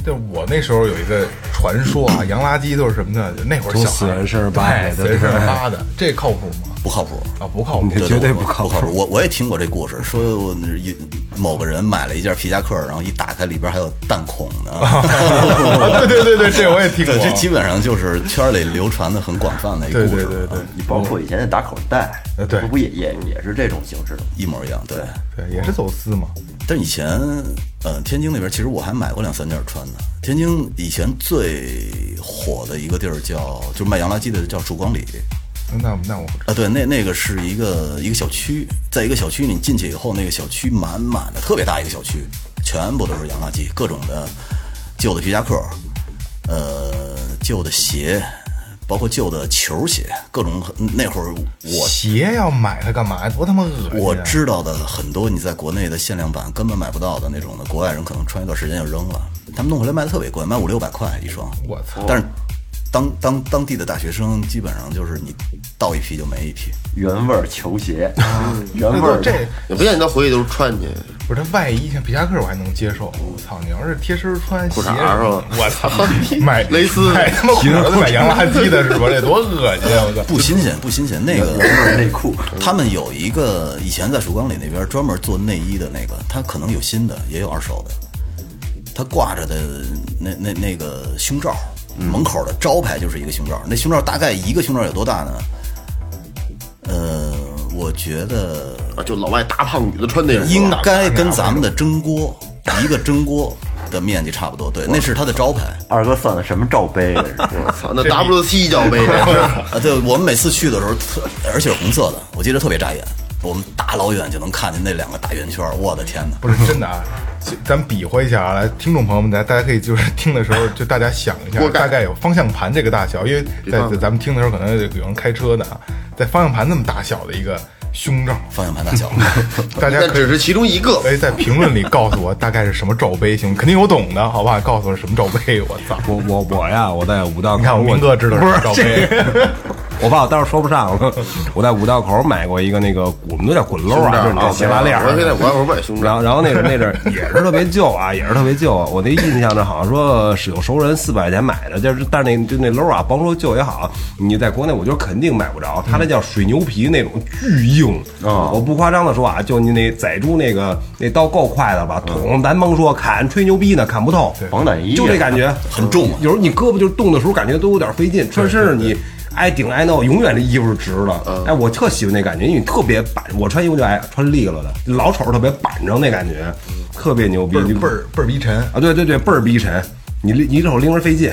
Speaker 3: 对我那时候有一个传说啊，洋垃圾都是什么呢？那会儿小
Speaker 5: 从
Speaker 3: 孩
Speaker 5: 死人身上扒来的
Speaker 3: 对死人身上扒的，这靠谱吗？
Speaker 7: 不靠谱，
Speaker 3: 啊，不 靠谱，
Speaker 5: 这绝对
Speaker 7: 我
Speaker 5: 不靠谱
Speaker 7: 不靠谱。我我也听过这故事，说我那一某个人买了一件皮夹克，然后一打开里边还有弹孔呢。
Speaker 3: 对 对对对，这我也听过
Speaker 7: 对，。这基本上就是圈里流传的很广泛的一个
Speaker 3: 对
Speaker 7: 故
Speaker 3: 对
Speaker 7: 事，
Speaker 3: 对对，
Speaker 6: 你包括以前的打口袋
Speaker 3: 呃，对
Speaker 6: 不不也也也是这种形式的吗？
Speaker 7: 一模一样。对，
Speaker 3: 对，也是走私嘛。
Speaker 7: 但以前，呃，天津那边其实我还买过两三件穿的。天津以前最火的一个地儿叫，就是卖洋垃圾的叫曙光里。
Speaker 3: 那那我不知
Speaker 7: 啊，对，那那个是一个一个小区，在一个小区里进去以后，那个小区满满的，特别大一个小区，全部都是洋垃圾，各种的旧的皮夹克，呃，旧的鞋，包括旧的球鞋，各种很那会儿
Speaker 3: 道
Speaker 7: 我
Speaker 3: 鞋要买它干嘛？多他妈恶心！啊
Speaker 7: 我，知道的很多，你在国内的限量版根本买不到的那种的，国外人可能穿一段时间就扔了。他们弄回来卖的特别贵，卖五六百块一双。
Speaker 3: 我操！
Speaker 7: 但是当当当地的大学生基本上就是你到一批就没一批，
Speaker 6: 原味儿球鞋，原味
Speaker 3: 嗯那
Speaker 6: 儿
Speaker 3: 都这
Speaker 9: 也不见你到回去都穿去，
Speaker 3: 不是这外衣，像皮夹克我还能接受。我操，你要是贴身穿
Speaker 9: 裤
Speaker 3: 鞋
Speaker 9: 衩儿是吧
Speaker 3: 我 操，买
Speaker 9: 蕾丝
Speaker 3: 买他妈裤衩都买洋垃圾的是吧？这多恶心啊！我操，
Speaker 7: 不新鲜不新鲜。那个
Speaker 6: 原味儿内裤，
Speaker 7: 他们有一个以前在蜀岗里那边专门做内衣的那个，他可能有新的，也有二手的。他挂着的那那那个胸罩，门口的招牌就是一个胸罩。那胸罩大概一个胸罩有多大呢？呃，我觉得
Speaker 9: 啊，就老外大胖女的穿那种，
Speaker 7: 应该跟咱们的蒸锅一个蒸锅的面积差不多。对，那是它的招牌。
Speaker 6: 二哥算的什么罩杯？啊
Speaker 9: 我操，那 WC 罩 杯，
Speaker 7: 啊，对，我们每次去的时候特，而且是红色的，我记得特别扎眼。我们大老远就能看见那两个大圆圈，我的天哪！
Speaker 3: 不是真的啊！这咱们比划一下啊，来，听众朋友们，大家大家可以就是听的时候，就大家想一下，
Speaker 9: 锅盖
Speaker 3: 大概有方向盘这个大小，因为在在咱们听的时候，可能有人开车的啊，在方向盘那么大小的一个胸罩，
Speaker 7: 方向盘大小，
Speaker 3: 大家
Speaker 9: 那
Speaker 3: 可以
Speaker 9: 只是其中一个。
Speaker 3: 哎在评论里告诉我大概是什么罩杯，行吗？肯定有懂的，好吧？告诉我是什么罩杯，我操！
Speaker 5: 我我我呀，我在五道口，
Speaker 3: 你看我明哥知道是什么罩杯，
Speaker 5: 我怕我待会儿说不上了。我在五道口买过一个那个，我们都叫滚篓啊，就是那个斜拉链儿。
Speaker 9: 我现在我要不买 胸
Speaker 5: 然
Speaker 9: 罩，
Speaker 5: 后，然后那阵那阵儿也是特别旧啊，也是特别旧啊。我那印象呢，好像说是有熟人四百块钱买的，就是但是那就那篓啊，甭说旧也好，你在国内我觉得肯定买不着。它那叫水牛皮那种巨硬
Speaker 6: 哦
Speaker 5: 我不夸张的说啊，就你那宰猪那个那刀够快的吧，捅咱甭说砍，吹牛逼呢砍不透，
Speaker 6: 防 弹衣啊
Speaker 5: 就这感觉
Speaker 7: 很重啊
Speaker 5: 有时候你胳膊就动的时候感觉都有点费劲，穿身上你。挨顶挨闹，永远这衣服是直
Speaker 3: 嗯
Speaker 5: 的。哎，我特喜欢那感觉，因为你特别板。我穿衣服就爱穿利落的，老瞅着特别板正那感觉，特别牛
Speaker 3: 嗯
Speaker 5: 逼，
Speaker 3: 倍儿
Speaker 5: 你
Speaker 3: 倍儿倍儿逼沉。
Speaker 5: 啊，对对对，倍儿逼沉，你拎你一手拎着费劲。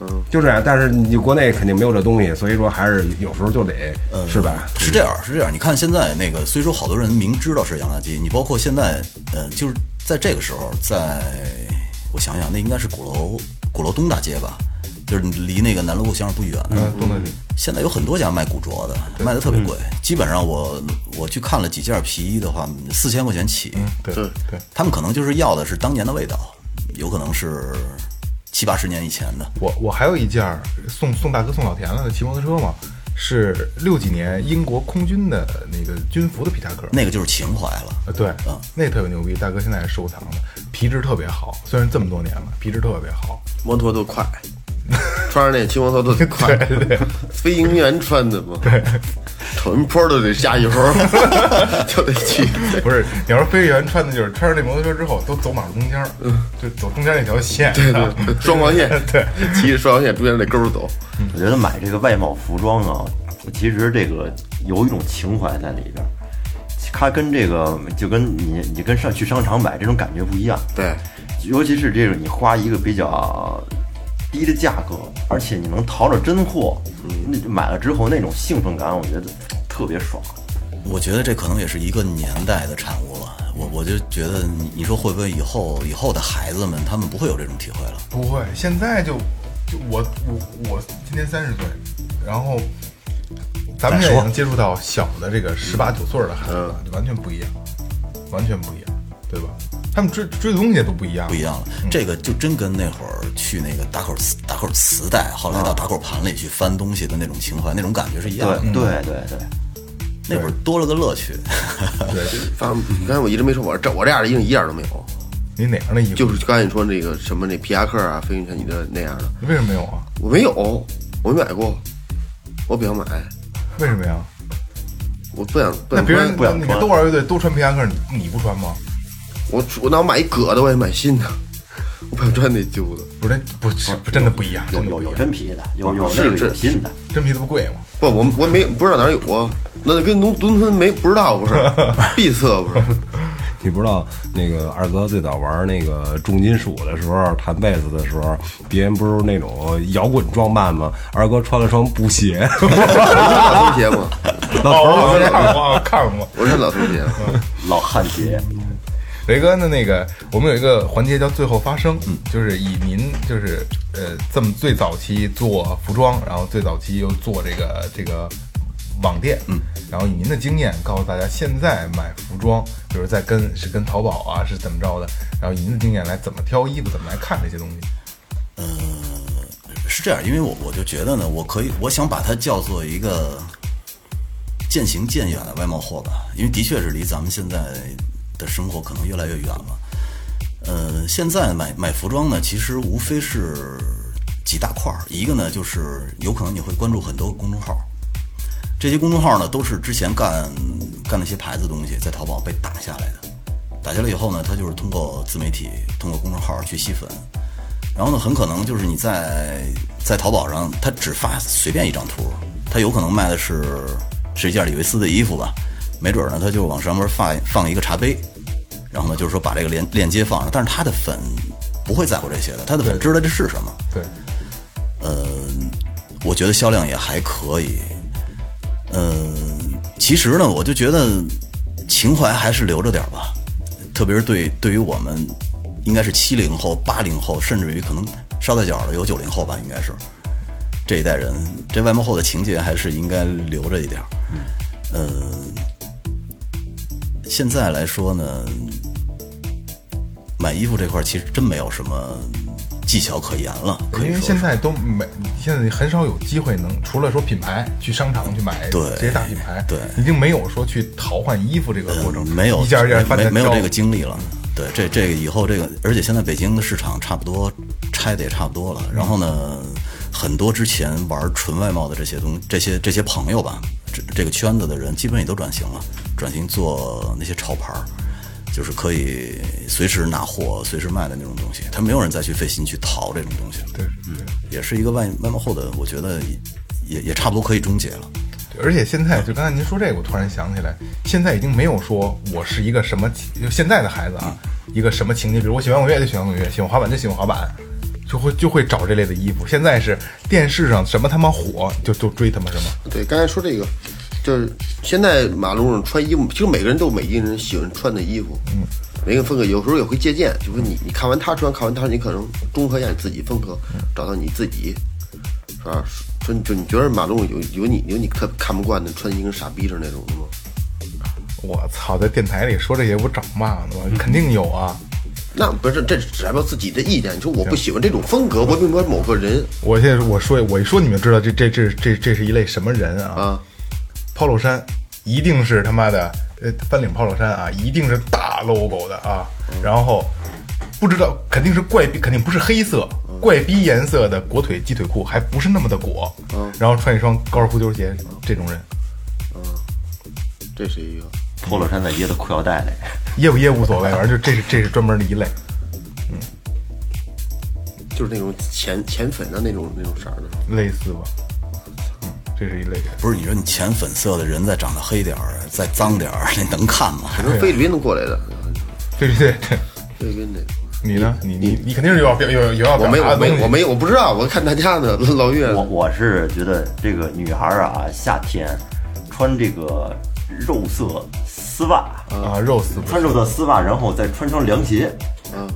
Speaker 5: 嗯，就这样。但是你国内肯定没有这东西，所以说还是有时候就得
Speaker 3: 嗯
Speaker 5: 是吧？
Speaker 7: 嗯是这样，是这样。你看现在那个，虽说好多人明知道是洋垃圾，你包括现在，呃，就是在这个时候，在我想想，那应该是鼓楼鼓楼东大街吧，就是你离那个南锣鼓巷不远。
Speaker 3: 嗯，东大街
Speaker 7: 现在有很多家卖古着的，卖的特别贵，
Speaker 3: 嗯
Speaker 7: 基本上我我去看了几件皮衣的话，四千块钱起。
Speaker 3: 嗯对
Speaker 9: 对
Speaker 3: 对，
Speaker 7: 他们可能就是要的是当年的味道，有可能是七八十年以前的。
Speaker 3: 我我还有一件儿送送大哥送老田了的骑摩托车嘛，是六几年英国空军的那个军服的皮夹克。
Speaker 7: 那个就是情怀了。
Speaker 3: 呃，对
Speaker 7: 嗯，
Speaker 3: 那特别牛逼，大哥现在还收藏的，皮质特别好，虽然这么多年了，皮质特别好。
Speaker 9: 摩托都快，穿上那骑摩托都得快，飞行员穿的嘛，瞅人坡都得下一坡， 就得去。
Speaker 3: 不是，你要说飞行员穿的就是穿上那摩托车之后都走马路中间儿，就走中间那条线，嗯对
Speaker 9: 双黄线，
Speaker 3: 啊对，
Speaker 9: 骑着双黄线中间那沟儿走，
Speaker 6: 我觉得买这个外贸服装啊，其实这个有一种情怀在里边儿。它跟这个就跟你你跟上去商场买这种感觉不一样，
Speaker 9: 对，
Speaker 6: 尤其是这种你花一个比较低的价格，而且你能淘着真货，那买了之后那种兴奋感，我觉得特别爽。
Speaker 7: 我觉得这可能也是一个年代的产物了。我我就觉得你你说会不会以后以后的孩子们他们不会有这种体会了？
Speaker 3: 不会，现在就就我我我今年三十岁，然后咱们现在也能接触到小的这个十八九岁儿的孩子，
Speaker 6: 嗯
Speaker 3: 就完全不一样，完全不一样，对吧？他们追追的东西都不一样，
Speaker 7: 不一样了，
Speaker 3: 嗯
Speaker 7: 这个就真跟那会儿去那个打口磁打口磁带，后来到打口盘里去翻东西的那种情怀、那种感觉是一
Speaker 6: 对
Speaker 7: 样
Speaker 3: 嗯
Speaker 7: 的。
Speaker 6: 对对对，
Speaker 7: 那会儿多了个乐趣，
Speaker 9: 反正刚才我一直没说，我这我这样的衣裳一件都没有，
Speaker 3: 你哪样的衣服？
Speaker 9: 就是刚才你说那个什么那皮夹克啊、飞行员你的那样的，
Speaker 3: 为什么没有啊？
Speaker 9: 我没有，我没买过，我不想买，
Speaker 3: 为什么呀？
Speaker 9: 我不想不
Speaker 3: 那
Speaker 9: 想
Speaker 3: 别人
Speaker 9: 穿，
Speaker 6: 不想
Speaker 3: 你
Speaker 6: 穿
Speaker 3: 都玩乐队都穿皮夹克，你你不穿吗？
Speaker 9: 我我哪买一葛的，我也买新的，我不想穿那旧的。
Speaker 3: 不是，不是，不真的不一样，
Speaker 6: 有
Speaker 3: 真的
Speaker 6: 有
Speaker 3: 不一
Speaker 6: 有
Speaker 3: 样
Speaker 6: 真皮的，有有哦那个
Speaker 9: 是
Speaker 6: 有新的，
Speaker 3: 真皮子不贵吗？
Speaker 9: 不，我我没不知道哪儿有啊，那跟农农村没不知道不 是，闭塞不是，
Speaker 5: 你不知道那个二哥最早玩那个重金属的时候，弹贝斯的时候，别人不是那种摇滚装扮吗？二哥穿了双布鞋，
Speaker 9: 老头鞋嘛，
Speaker 3: 哦，我看过，我看过。
Speaker 9: 我是老头鞋，
Speaker 6: 老汉鞋。
Speaker 3: 雷哥呢？那个我们有一个环节叫最后发声，
Speaker 7: 嗯
Speaker 3: 就是以您就是呃这么最早期做服装，然后最早期又做这个这个网店，嗯，然后以您的经验告诉大家，现在买服装，比如在跟是跟淘宝啊是怎么着的，然后以您的经验来怎么挑衣服，怎么来看这些东西。
Speaker 7: 是这样，因为我我就觉得呢，我可以，我想把它叫做一个渐行渐远的外贸货吧，因为的确是离咱们现在的生活可能越来越远了。呃，现在买买服装呢，其实无非是几大块儿，一个呢就是有可能你会关注很多公众号，这些公众号呢都是之前干干那些牌子东西在淘宝被打下来的，打下来以后呢，它就是通过自媒体、通过公众号去吸粉，然后呢，很可能就是你在在淘宝上，它只发随便一张图，它有可能卖的是是一件李维斯的衣服吧，没准儿呢，它就往上面放放一个茶杯，然后呢，就是说把这个链链接放上，但是他的粉不会在乎这些的，他的粉知道这是什么，
Speaker 3: 对，
Speaker 7: 呃，我觉得销量也还可以。呃，其实呢，我就觉得情怀还是留着点儿吧，特别是对对于我们，应该是七零后、八零后，甚至于可能捎带脚的有九零后吧，应该是这一代人，这外贸后的情节还是应该留着一点儿。呃，现在来说呢，买衣服这块儿其实真没有什么技巧可言了，可
Speaker 3: 因
Speaker 7: 以
Speaker 3: 为
Speaker 7: 说
Speaker 3: 现
Speaker 7: 是
Speaker 3: 在都没，现在很少有机会能，除了说品牌去商场去买
Speaker 7: 对
Speaker 3: 这些大品牌，
Speaker 7: 对呃
Speaker 3: 已经没有说去淘换衣服这个过程，
Speaker 7: 没有
Speaker 3: 一件一件翻
Speaker 7: 没
Speaker 3: 着
Speaker 7: 没有
Speaker 3: 挑
Speaker 7: 这个精力了。对，这这个以后这个，而且现在北京的市场差不多拆的也差不多了。然后呢，很多之前玩纯外贸的这些东这些这些朋友吧，这这个圈子的人基本也都转型了，转型做那些潮牌儿，就是可以随时拿货、随时卖的那种东西。他没有人再去费心去淘这种东西了。
Speaker 3: 对，对。
Speaker 7: 也是一个外外贸后的，我觉得也也差不多可以终结了。
Speaker 3: 对而且现在就刚才您说这个，我突然想起来，现在已经没有说我是一个什么情，就现在的孩子啊，一个什么情节，比如我喜欢滚乐就喜欢滚乐，喜欢滑板就喜欢滑板，就会就会找这类的衣服。现在是电视上什么他妈火，就就追他妈什么。
Speaker 9: 对，刚才说这个，就是现在马路上穿衣服，其实每个人都有每一个人喜欢穿的衣服，嗯，每个人风格，有时候也会借鉴，就是你你看完他穿，看完他，你可能综合一下你自己风格，找到你自己，是吧？说你就你觉得马路上有有你有你特看不惯的，穿衣跟傻逼似的那种的吗？
Speaker 3: 我操，在电台里说这些不找骂呢吗？肯定有啊。
Speaker 9: 那不是，这只代表自己的意见。你说我不喜欢这种风格，我并不是某个人
Speaker 3: 我现在我说我一说你们知道这这这这这是一类什么人啊？
Speaker 9: 啊，
Speaker 3: polo 衫一定是他妈的呃翻领 polo 衫啊，一定是大 logo 的啊，然后不知道肯定是怪逼，肯定不是黑色，
Speaker 9: 嗯
Speaker 3: 怪逼颜色的裹腿鸡腿裤还不是那么的裹，
Speaker 9: 嗯
Speaker 3: 然后穿一双高尔夫球鞋，这种人
Speaker 9: 这是一个。
Speaker 6: polo 衫在掖在裤腰带里，
Speaker 3: 噎不噎无 所谓，反正就这是这是专门的一类。
Speaker 9: 就是那种浅浅粉啊的那种那种色儿的，
Speaker 3: 类似吧，嗯，这是一类人。
Speaker 7: 不是你说你浅粉色的人再长得黑点儿，再脏点儿， 那能看吗？
Speaker 9: 可能菲律宾过来的，
Speaker 3: 对对对，
Speaker 9: 菲律宾的。
Speaker 3: 你呢？你你你肯定是有要表有有有要
Speaker 9: 我
Speaker 3: 表
Speaker 9: 没有，
Speaker 3: 达
Speaker 9: 我
Speaker 3: 的东
Speaker 9: 没
Speaker 3: 西
Speaker 9: 有，我没有，我不知道，我看大家呢，老岳
Speaker 6: 我我是觉得这个女孩儿啊，夏天穿这个肉色丝袜，
Speaker 3: 啊，肉丝不
Speaker 6: 穿
Speaker 3: 是
Speaker 6: 肉色丝袜，然后再穿双凉鞋，
Speaker 9: 嗯，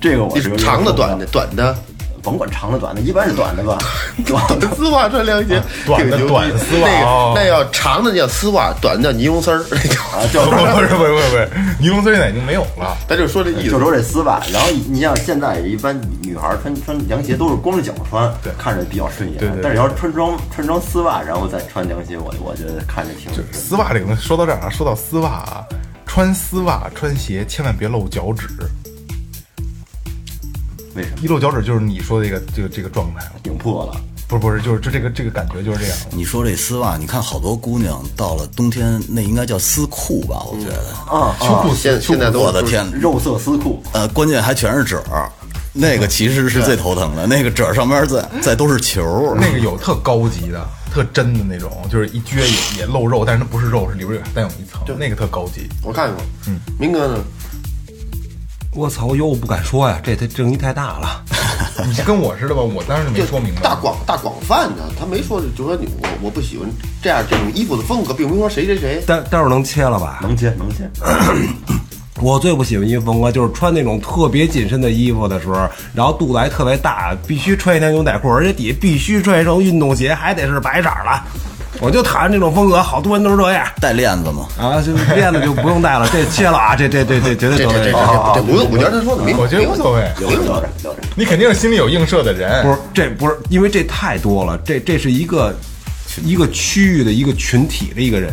Speaker 6: 这个我
Speaker 9: 你
Speaker 6: 是
Speaker 9: 是
Speaker 6: 有点
Speaker 9: 长的
Speaker 6: 受不了
Speaker 9: 短 的，短的，
Speaker 6: 甭管长的短的，一般是短的吧，短的
Speaker 9: 丝袜穿凉鞋，
Speaker 3: 啊短的
Speaker 9: 挺牛逼
Speaker 3: 短丝袜
Speaker 9: 那
Speaker 3: 哦
Speaker 9: 个那要长的叫丝袜，短的叫尼龙丝儿， 那叫
Speaker 6: 啊，就
Speaker 3: 不是不是不是不是，尼龙丝现在已经没有了。
Speaker 9: 咱就说这意
Speaker 6: 就
Speaker 9: 思。
Speaker 6: 说这丝袜，然后你像现在一般女孩穿穿凉鞋都是光着脚穿，
Speaker 3: 对
Speaker 6: 看着比较顺眼。
Speaker 3: 对对对
Speaker 6: 但是要是穿双穿双丝袜，然后再穿凉鞋，我我觉得看着挺
Speaker 3: 就是丝袜这个东西，说到这儿啊，说到丝袜啊，穿丝袜穿鞋千万别露脚趾，
Speaker 6: 为什么
Speaker 3: 一露脚趾就是你说的这个这个这个状态了，
Speaker 6: 顶破了？
Speaker 3: 不是不是，就是就这个这个感觉就是这样。
Speaker 7: 你说这丝袜，你看好多姑娘到了冬天，那应该叫丝裤吧？我觉得，
Speaker 6: 啊
Speaker 3: 秋
Speaker 6: 啊，
Speaker 3: 裤
Speaker 9: 现
Speaker 3: 秋裤
Speaker 9: 现在嗯都
Speaker 7: 我的天，
Speaker 6: 肉色丝裤，
Speaker 7: 呃，关键还全是褶儿，那个其实是最头疼的，那个褶儿上面再再都是球儿，
Speaker 3: 那个有特高级的、特真的那种，就是一撅也也露肉，但是它不是肉，是里边有带有一层，就那个特高级。
Speaker 9: 我看过，嗯，明哥呢？
Speaker 5: 我操，我又不敢说呀，这这争议太大了。
Speaker 3: 你跟我似的吧？我当时就没
Speaker 9: 就
Speaker 3: 说明啊白。
Speaker 9: 大广大广泛的，他没说就说你我我不喜欢这样这种衣服的风格，并没说谁谁谁。
Speaker 5: 待待会儿能切了吧？
Speaker 6: 能接能接。
Speaker 5: 我最不喜欢衣服风格就是穿那种特别紧身的衣服的时候，然后肚子还特别大，必须穿一条牛仔裤，而且底下必须穿一双运动鞋，还得是白色儿的。我就讨厌这种风格，好多人都是这样
Speaker 7: 带链子吗？
Speaker 5: 啊，就链子就不用戴了，这切了啊，这这这这绝对
Speaker 9: 这
Speaker 5: 得
Speaker 9: 这这
Speaker 3: 哦
Speaker 5: 罪。
Speaker 9: 这这不用，我觉得他说的没
Speaker 3: 我觉得无所谓
Speaker 9: 没有所谓。
Speaker 3: 你肯定是心里有映射的人，
Speaker 5: 不是，这不是，因为这太多了，这这是一个一个区域的一个群体的一个人，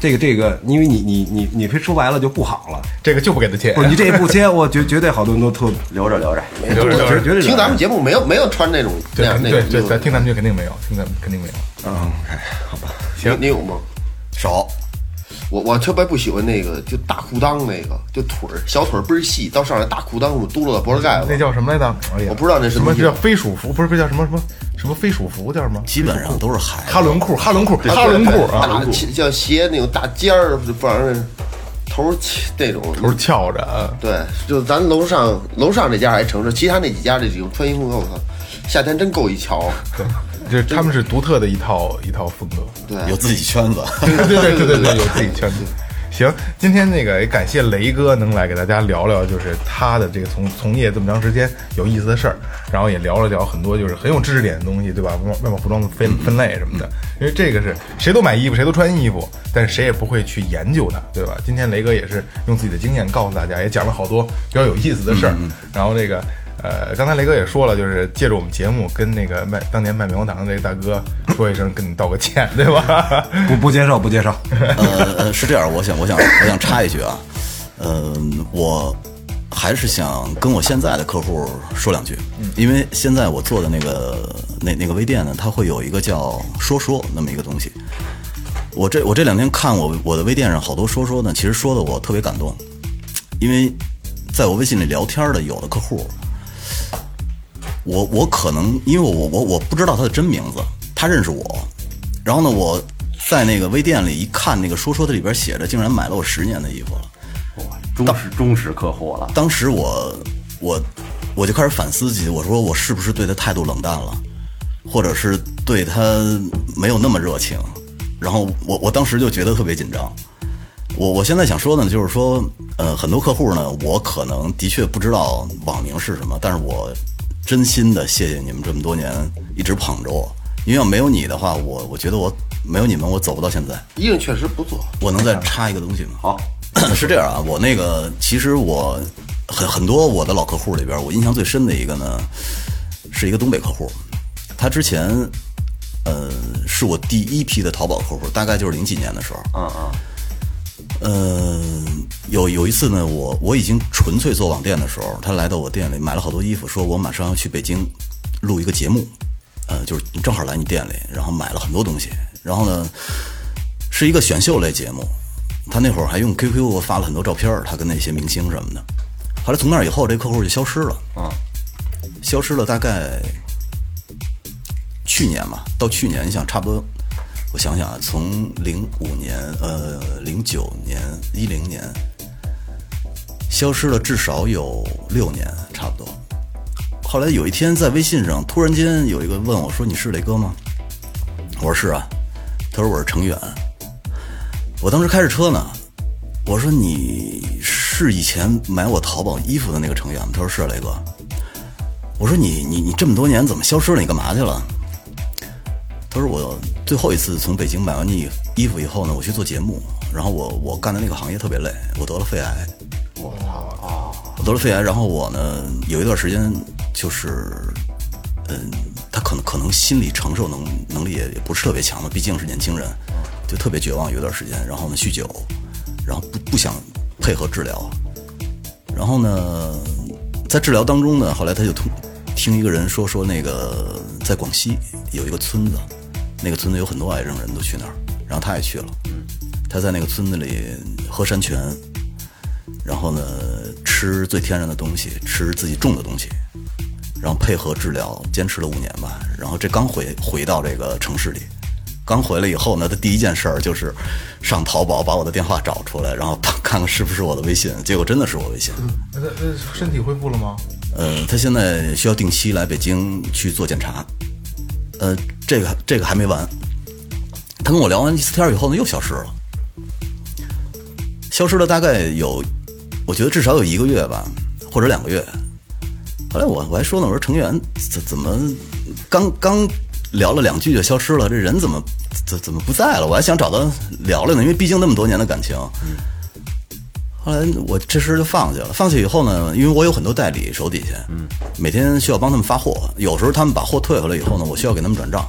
Speaker 5: 这个这个，因为你你你你非说白了就不好了，
Speaker 3: 这个就不给他切。
Speaker 5: 不是你这一不切，我绝绝对好多人都 特
Speaker 6: 留着留着，
Speaker 3: 留着留
Speaker 5: 绝
Speaker 3: 着，
Speaker 5: 绝对
Speaker 9: 听咱们节目没有没有穿那种那
Speaker 3: 对
Speaker 9: 样那
Speaker 3: 对
Speaker 9: 种
Speaker 3: 对，咱
Speaker 9: 衣
Speaker 3: 听咱们就肯定没有，听咱们肯定没有。
Speaker 9: 服，你你有吗？
Speaker 7: 少，
Speaker 9: 我我特别不喜欢那个就大裤裆那个，就腿儿小腿儿倍儿细，到上来大裤裆我嘟噜到脖子盖
Speaker 3: 那
Speaker 9: 子。
Speaker 3: 叫什么来着？哎呀
Speaker 9: 我不知道那是
Speaker 3: 什么
Speaker 9: 什么
Speaker 3: 叫飞鼠服，不是不是叫什么什么什么飞鼠服叫什么？
Speaker 7: 基本上都是孩
Speaker 3: 哈
Speaker 7: 子。
Speaker 3: 伦裤，哈伦裤，哈伦裤啊，
Speaker 9: 大鞋像鞋那种大尖儿，不让人头儿起那种。
Speaker 3: 头翘着啊。
Speaker 9: 对，就咱楼上楼上这家还成事，其他那几家这种穿衣风格，我操，夏天真够一瞧。
Speaker 3: 对，这他们是独特的一套一套风格。
Speaker 9: 对，
Speaker 7: 有自己圈子，
Speaker 3: 对对对对对，有自己圈子。行，今天那个也感谢雷哥能来给大家聊聊，就是他的这个从从业这么长时间有意思的事儿，然后也聊了聊很多就是很有知识点的东西，对吧？外外贸服装的分分类什么的，因为这个是谁都买衣服，谁都穿衣服，但是谁也不会去研究它，对吧？今天雷哥也是用自己的经验告诉大家，也讲了好多比较有意思的事儿，然后这个。呃，刚才雷哥也说了，就是借着我们节目跟那个卖当年卖棉花糖的这个大哥说一声，跟你道个歉，对吧？
Speaker 5: 不不接受不 接受。
Speaker 7: 呃，呃是这样，我想，我想，我想插一句啊，呃，我还是想跟我现在的客户说两句，因为现在我做的那个那那个微店呢，它会有一个叫说说那么一个东西。我这我这两天看我我的微店上好多说说呢，其实说的我特别感动，因为在我微信里聊天的有的客户，我我可能因为我我我不知道他的真名字，他认识我，然后呢，我在那个微店里一看，那个说说的里边写着，竟然买了我十年的衣服了。
Speaker 6: 忠实忠实客户了。
Speaker 7: 当时我我我就开始反思自己，我说我是不是对他态度冷淡了，或者是对他没有那么热情？然后我我当时就觉得特别紧张。我我现在想说呢，就是说，呃，很多客户呢，我可能的确不知道网名是什么，但是我真心的谢谢你们这么多年一直捧着我，因为要没有你的话，我我觉得我没有你们，我走不到现在。
Speaker 9: 衣裳确实不错，
Speaker 7: 我能再插一个东西吗？好， 是这样啊，我那个其实我很很多我的老客户里边，我印象最深的一个呢，是一个东北客户，他之前呃是我第一批的淘宝客户，大概就是零几年的时候，嗯嗯，呃有有一次呢，我我已经纯粹做网店的时候，他来到我店里买了好多衣服，说我马上要去北京录一个节目，呃，就是正好来你店里，然后买了很多东西，然后呢。是一个选秀类节目，他那会儿还用 QQ 给我发了很多照片儿，他跟那些明星什么的。后来从那以后，这客户就消失了，啊，消失了大概去年吧，到去年，你想差不多，我想想啊，从零五年，呃，零九年，一零年，消失了至少有六年，差不多。后来有一天在微信上，突然间有一个问我说：“你是雷哥吗？”我说：“是啊。”他说：“我是程远。”我当时开着车呢，我说你是以前买我淘宝衣服的那个成员吗？他说是啊雷哥。我说你你你这么多年怎么消失了？你干嘛去了？他说我最后一次从北京买完你衣服以后呢，我去做节目，然后我我干的那个行业特别累，我得了肺癌。我操！得了肺癌，然后我呢有一段时间就是，嗯，他可能可能心理承受能能力也也不是特别强嘛，毕竟是年轻人，就特别绝望，有一段时间，然后呢酗酒，然后不不想配合治疗，然后呢在治疗当中呢，后来他就通听一个人说说那个在广西有一个村子，那个村子有很多癌症人都去那儿，然后他也去了，他在那个村子里喝山泉，然后呢吃最天然的东西，吃自己种的东西，然后配合治疗，坚持了五年吧。然后这刚回回到这个城市里，刚回来以后呢，他第一件事儿就是上淘宝把我的电话找出来，然后看看看是不是我的微信。结果真的是我微信。
Speaker 3: 那他呃身体恢复了吗？
Speaker 7: 呃，他现在需要定期来北京去做检查。呃，这个这个还没完，他跟我聊完一次天儿以后呢，又消失了，消失了大概有我觉得至少有一个月吧，或者两个月。后来我我还说呢，我说成员怎怎么刚刚聊了两句就消失了，这人怎么怎怎么不在了？我还想找他聊聊呢，因为毕竟那么多年的感情。后来我这事儿就放下了。放下以后呢，因为我有很多代理手底下，嗯，每天需要帮他们发货。有时候他们把货退回来以后呢，我需要给他们转账。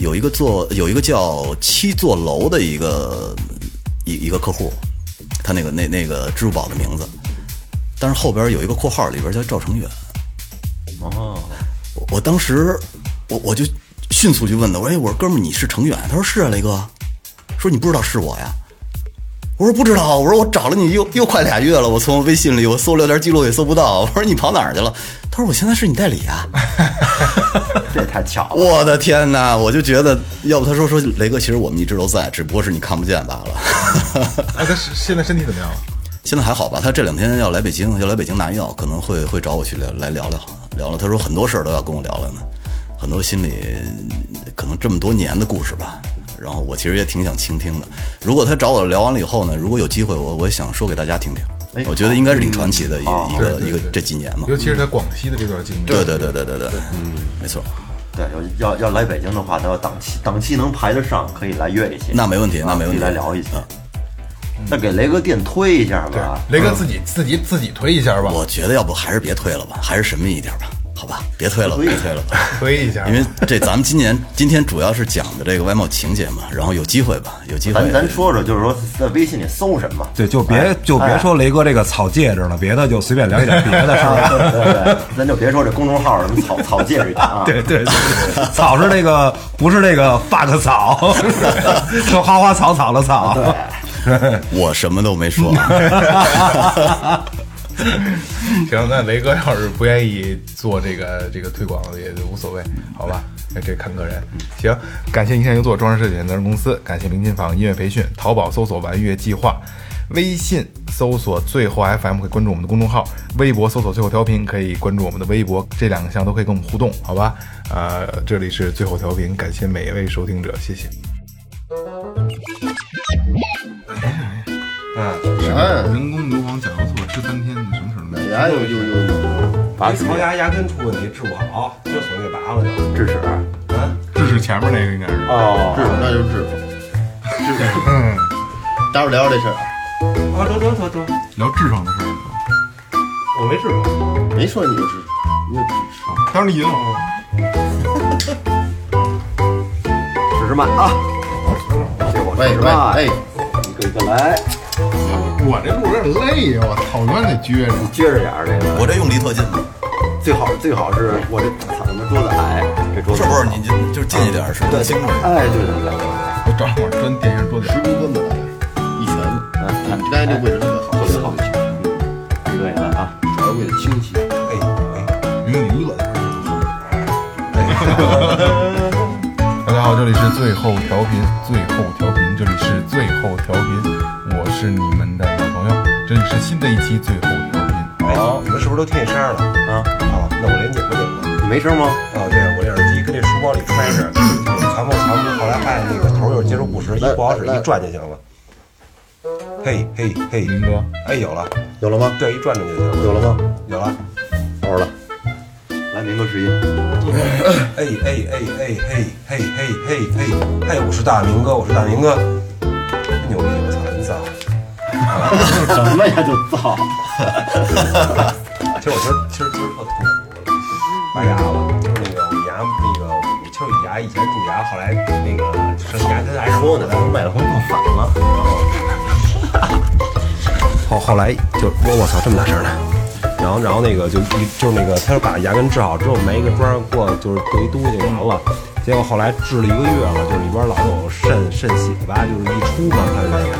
Speaker 7: 有一个做有一个叫七座楼的一个一一个客户，他那个那那个支付宝的名字，但是后边有一个括号里边叫赵成远。
Speaker 6: 哦，
Speaker 7: 我我当时我我就迅速去问他，我说哎，我说哥们儿你是程远？他说是啊，雷哥。说你不知道是我呀？我说不知道，我说我找了你又又快俩月了，我从微信里我搜聊天记录也搜不到，我说你跑哪儿去了？他说我现在是你代理啊。
Speaker 6: 这也太巧了。
Speaker 7: 我的天哪！我就觉得，要不他说说雷哥，其实我们一直都在，只不过是你看不见罢了。
Speaker 3: 哎，他是现在身体怎么样了？
Speaker 7: 现在还好吧？他这两天要来北京，要来北京拿药，可能会会找我去聊来聊聊聊聊。他说很多事儿都要跟我聊聊呢，很多心里可能这么多年的故事吧。然后我其实也挺想倾听的。如果他找我聊完了以后呢，如果有机会，我我也想说给大家听听。
Speaker 6: 哎
Speaker 7: 我觉得应该是挺传奇的一、
Speaker 6: 哦
Speaker 7: 一个
Speaker 3: 对对
Speaker 7: 一个
Speaker 3: 对
Speaker 7: 这几年嘛。
Speaker 3: 尤其是他广西的这段经历，
Speaker 7: 对对对对对对，嗯，没错。
Speaker 6: 对，要要要来北京的话，他要档期档期能排得上，可以来约一些。
Speaker 7: 那没问题
Speaker 6: 啊
Speaker 7: 那没问题
Speaker 6: 可以来聊一下
Speaker 7: 嗯。
Speaker 6: 那给雷哥电推一下
Speaker 3: 对
Speaker 6: 吧。，
Speaker 3: 雷哥自己自己自己推一下吧，
Speaker 7: 我觉得要不还是别推了吧，还是神秘一点吧，好吧，别推了，
Speaker 6: 推
Speaker 7: 别推了。
Speaker 3: 推一下吧，
Speaker 7: 因为这咱们今年今天主要是讲的这个外贸情节嘛，然后有机会吧，有机会
Speaker 6: 咱咱说说，就是说在微信里搜什么？
Speaker 5: 对，就别就别说雷哥这个草戒指了，别的就随便聊一点别的事
Speaker 6: 对
Speaker 5: 儿。
Speaker 6: 对对，咱就别说这公众号什么草草戒指啊。
Speaker 5: 对对对，对草是那个不是那个 fuck 草， 是花花草草的草。
Speaker 7: 我什么都没说，啊
Speaker 3: 行，那雷哥要是不愿意做这个这个推广也就无所谓，好吧？那这看个人。行，感谢您现在做装饰设计有限责任公司，感谢明金坊音乐培训，淘宝搜索“玩乐计划”，微信搜索“最后 FM” 可以关注我们的公众号，微博搜索“最后调频”可以关注我们的微博，这两项都可以跟我们互动，好吧？呃，这里是最后调频，感谢每一位收听者，谢谢。哎嗯，人工油黄甲油醋吃三天，什么事儿都没有。
Speaker 9: 牙有有有
Speaker 6: 拔智
Speaker 5: 槽牙牙根出问题治不好，就所谓拔了就。
Speaker 6: 智齿。
Speaker 3: 这是前面那个应该是。
Speaker 6: 哦，
Speaker 9: 治，那就治，治。嗯待会儿聊聊这事儿，
Speaker 5: 啊，中中中中，
Speaker 3: 聊智商的事儿。
Speaker 5: 我没治过。
Speaker 9: 没说你有治，你有治。
Speaker 3: 当然你赢了。
Speaker 6: 试试慢啊，
Speaker 9: 喂喂哎，
Speaker 6: 一个来，
Speaker 3: 我这路有点累呀，我操，我永远得撅着。
Speaker 6: 撅着点儿这个。
Speaker 7: 我这用力特近嘛，
Speaker 6: 最好最好是我这操他妈桌子矮，这桌
Speaker 7: 是
Speaker 6: 子
Speaker 7: 不是？你就就是近一点是不清楚。
Speaker 6: 哎，对对对，
Speaker 3: 我找会儿砖垫一下桌子。
Speaker 9: 十公分吧，大概一拳。你刚才这位置特啊别好，特别好，
Speaker 6: 对了啊，
Speaker 9: 主要为了清晰。
Speaker 3: 因为你饿点。 大家好，这里是最后调频，最后调频，这里是最后调频，我是你们的老朋友，这里是新的一期最后调频。
Speaker 5: 哎，你们是不是都听见声儿了？
Speaker 6: 啊，
Speaker 5: 啊，那我连你们都没了。
Speaker 6: 你没声吗？
Speaker 5: 啊，对，我这耳机跟这书包里揣着，传播传播，后来发现那个头儿就是接触不实，一不好使，一转就行了。嘿嘿嘿，
Speaker 3: 林哥，
Speaker 5: 哎，有了，
Speaker 6: 有了吗？
Speaker 5: 对，一转转就行了。
Speaker 6: 有了吗？
Speaker 5: 有了，
Speaker 6: 有了。来，明哥试音。
Speaker 5: 哎哎哎哎嘿嘿嘿嘿嘿，嘿，我是大明哥，我是大明哥，真牛逼！我操，真脏。
Speaker 6: 什么呀？就造。
Speaker 5: 其实我今儿今儿今儿特痛苦，拔牙了。就是那个我牙那个，我其实我牙以前蛀牙，后来那个就是牙根还是
Speaker 6: 说呢，咱们麦克风弄反了。
Speaker 5: 后后来就我我操这么大事儿呢，然后然后那个就一就是那个他是把牙根治好之后埋一个砖儿过就是做一东西就完了，结果后来治了一个月了，就是里边老有渗渗血吧，就是一出嘛，看见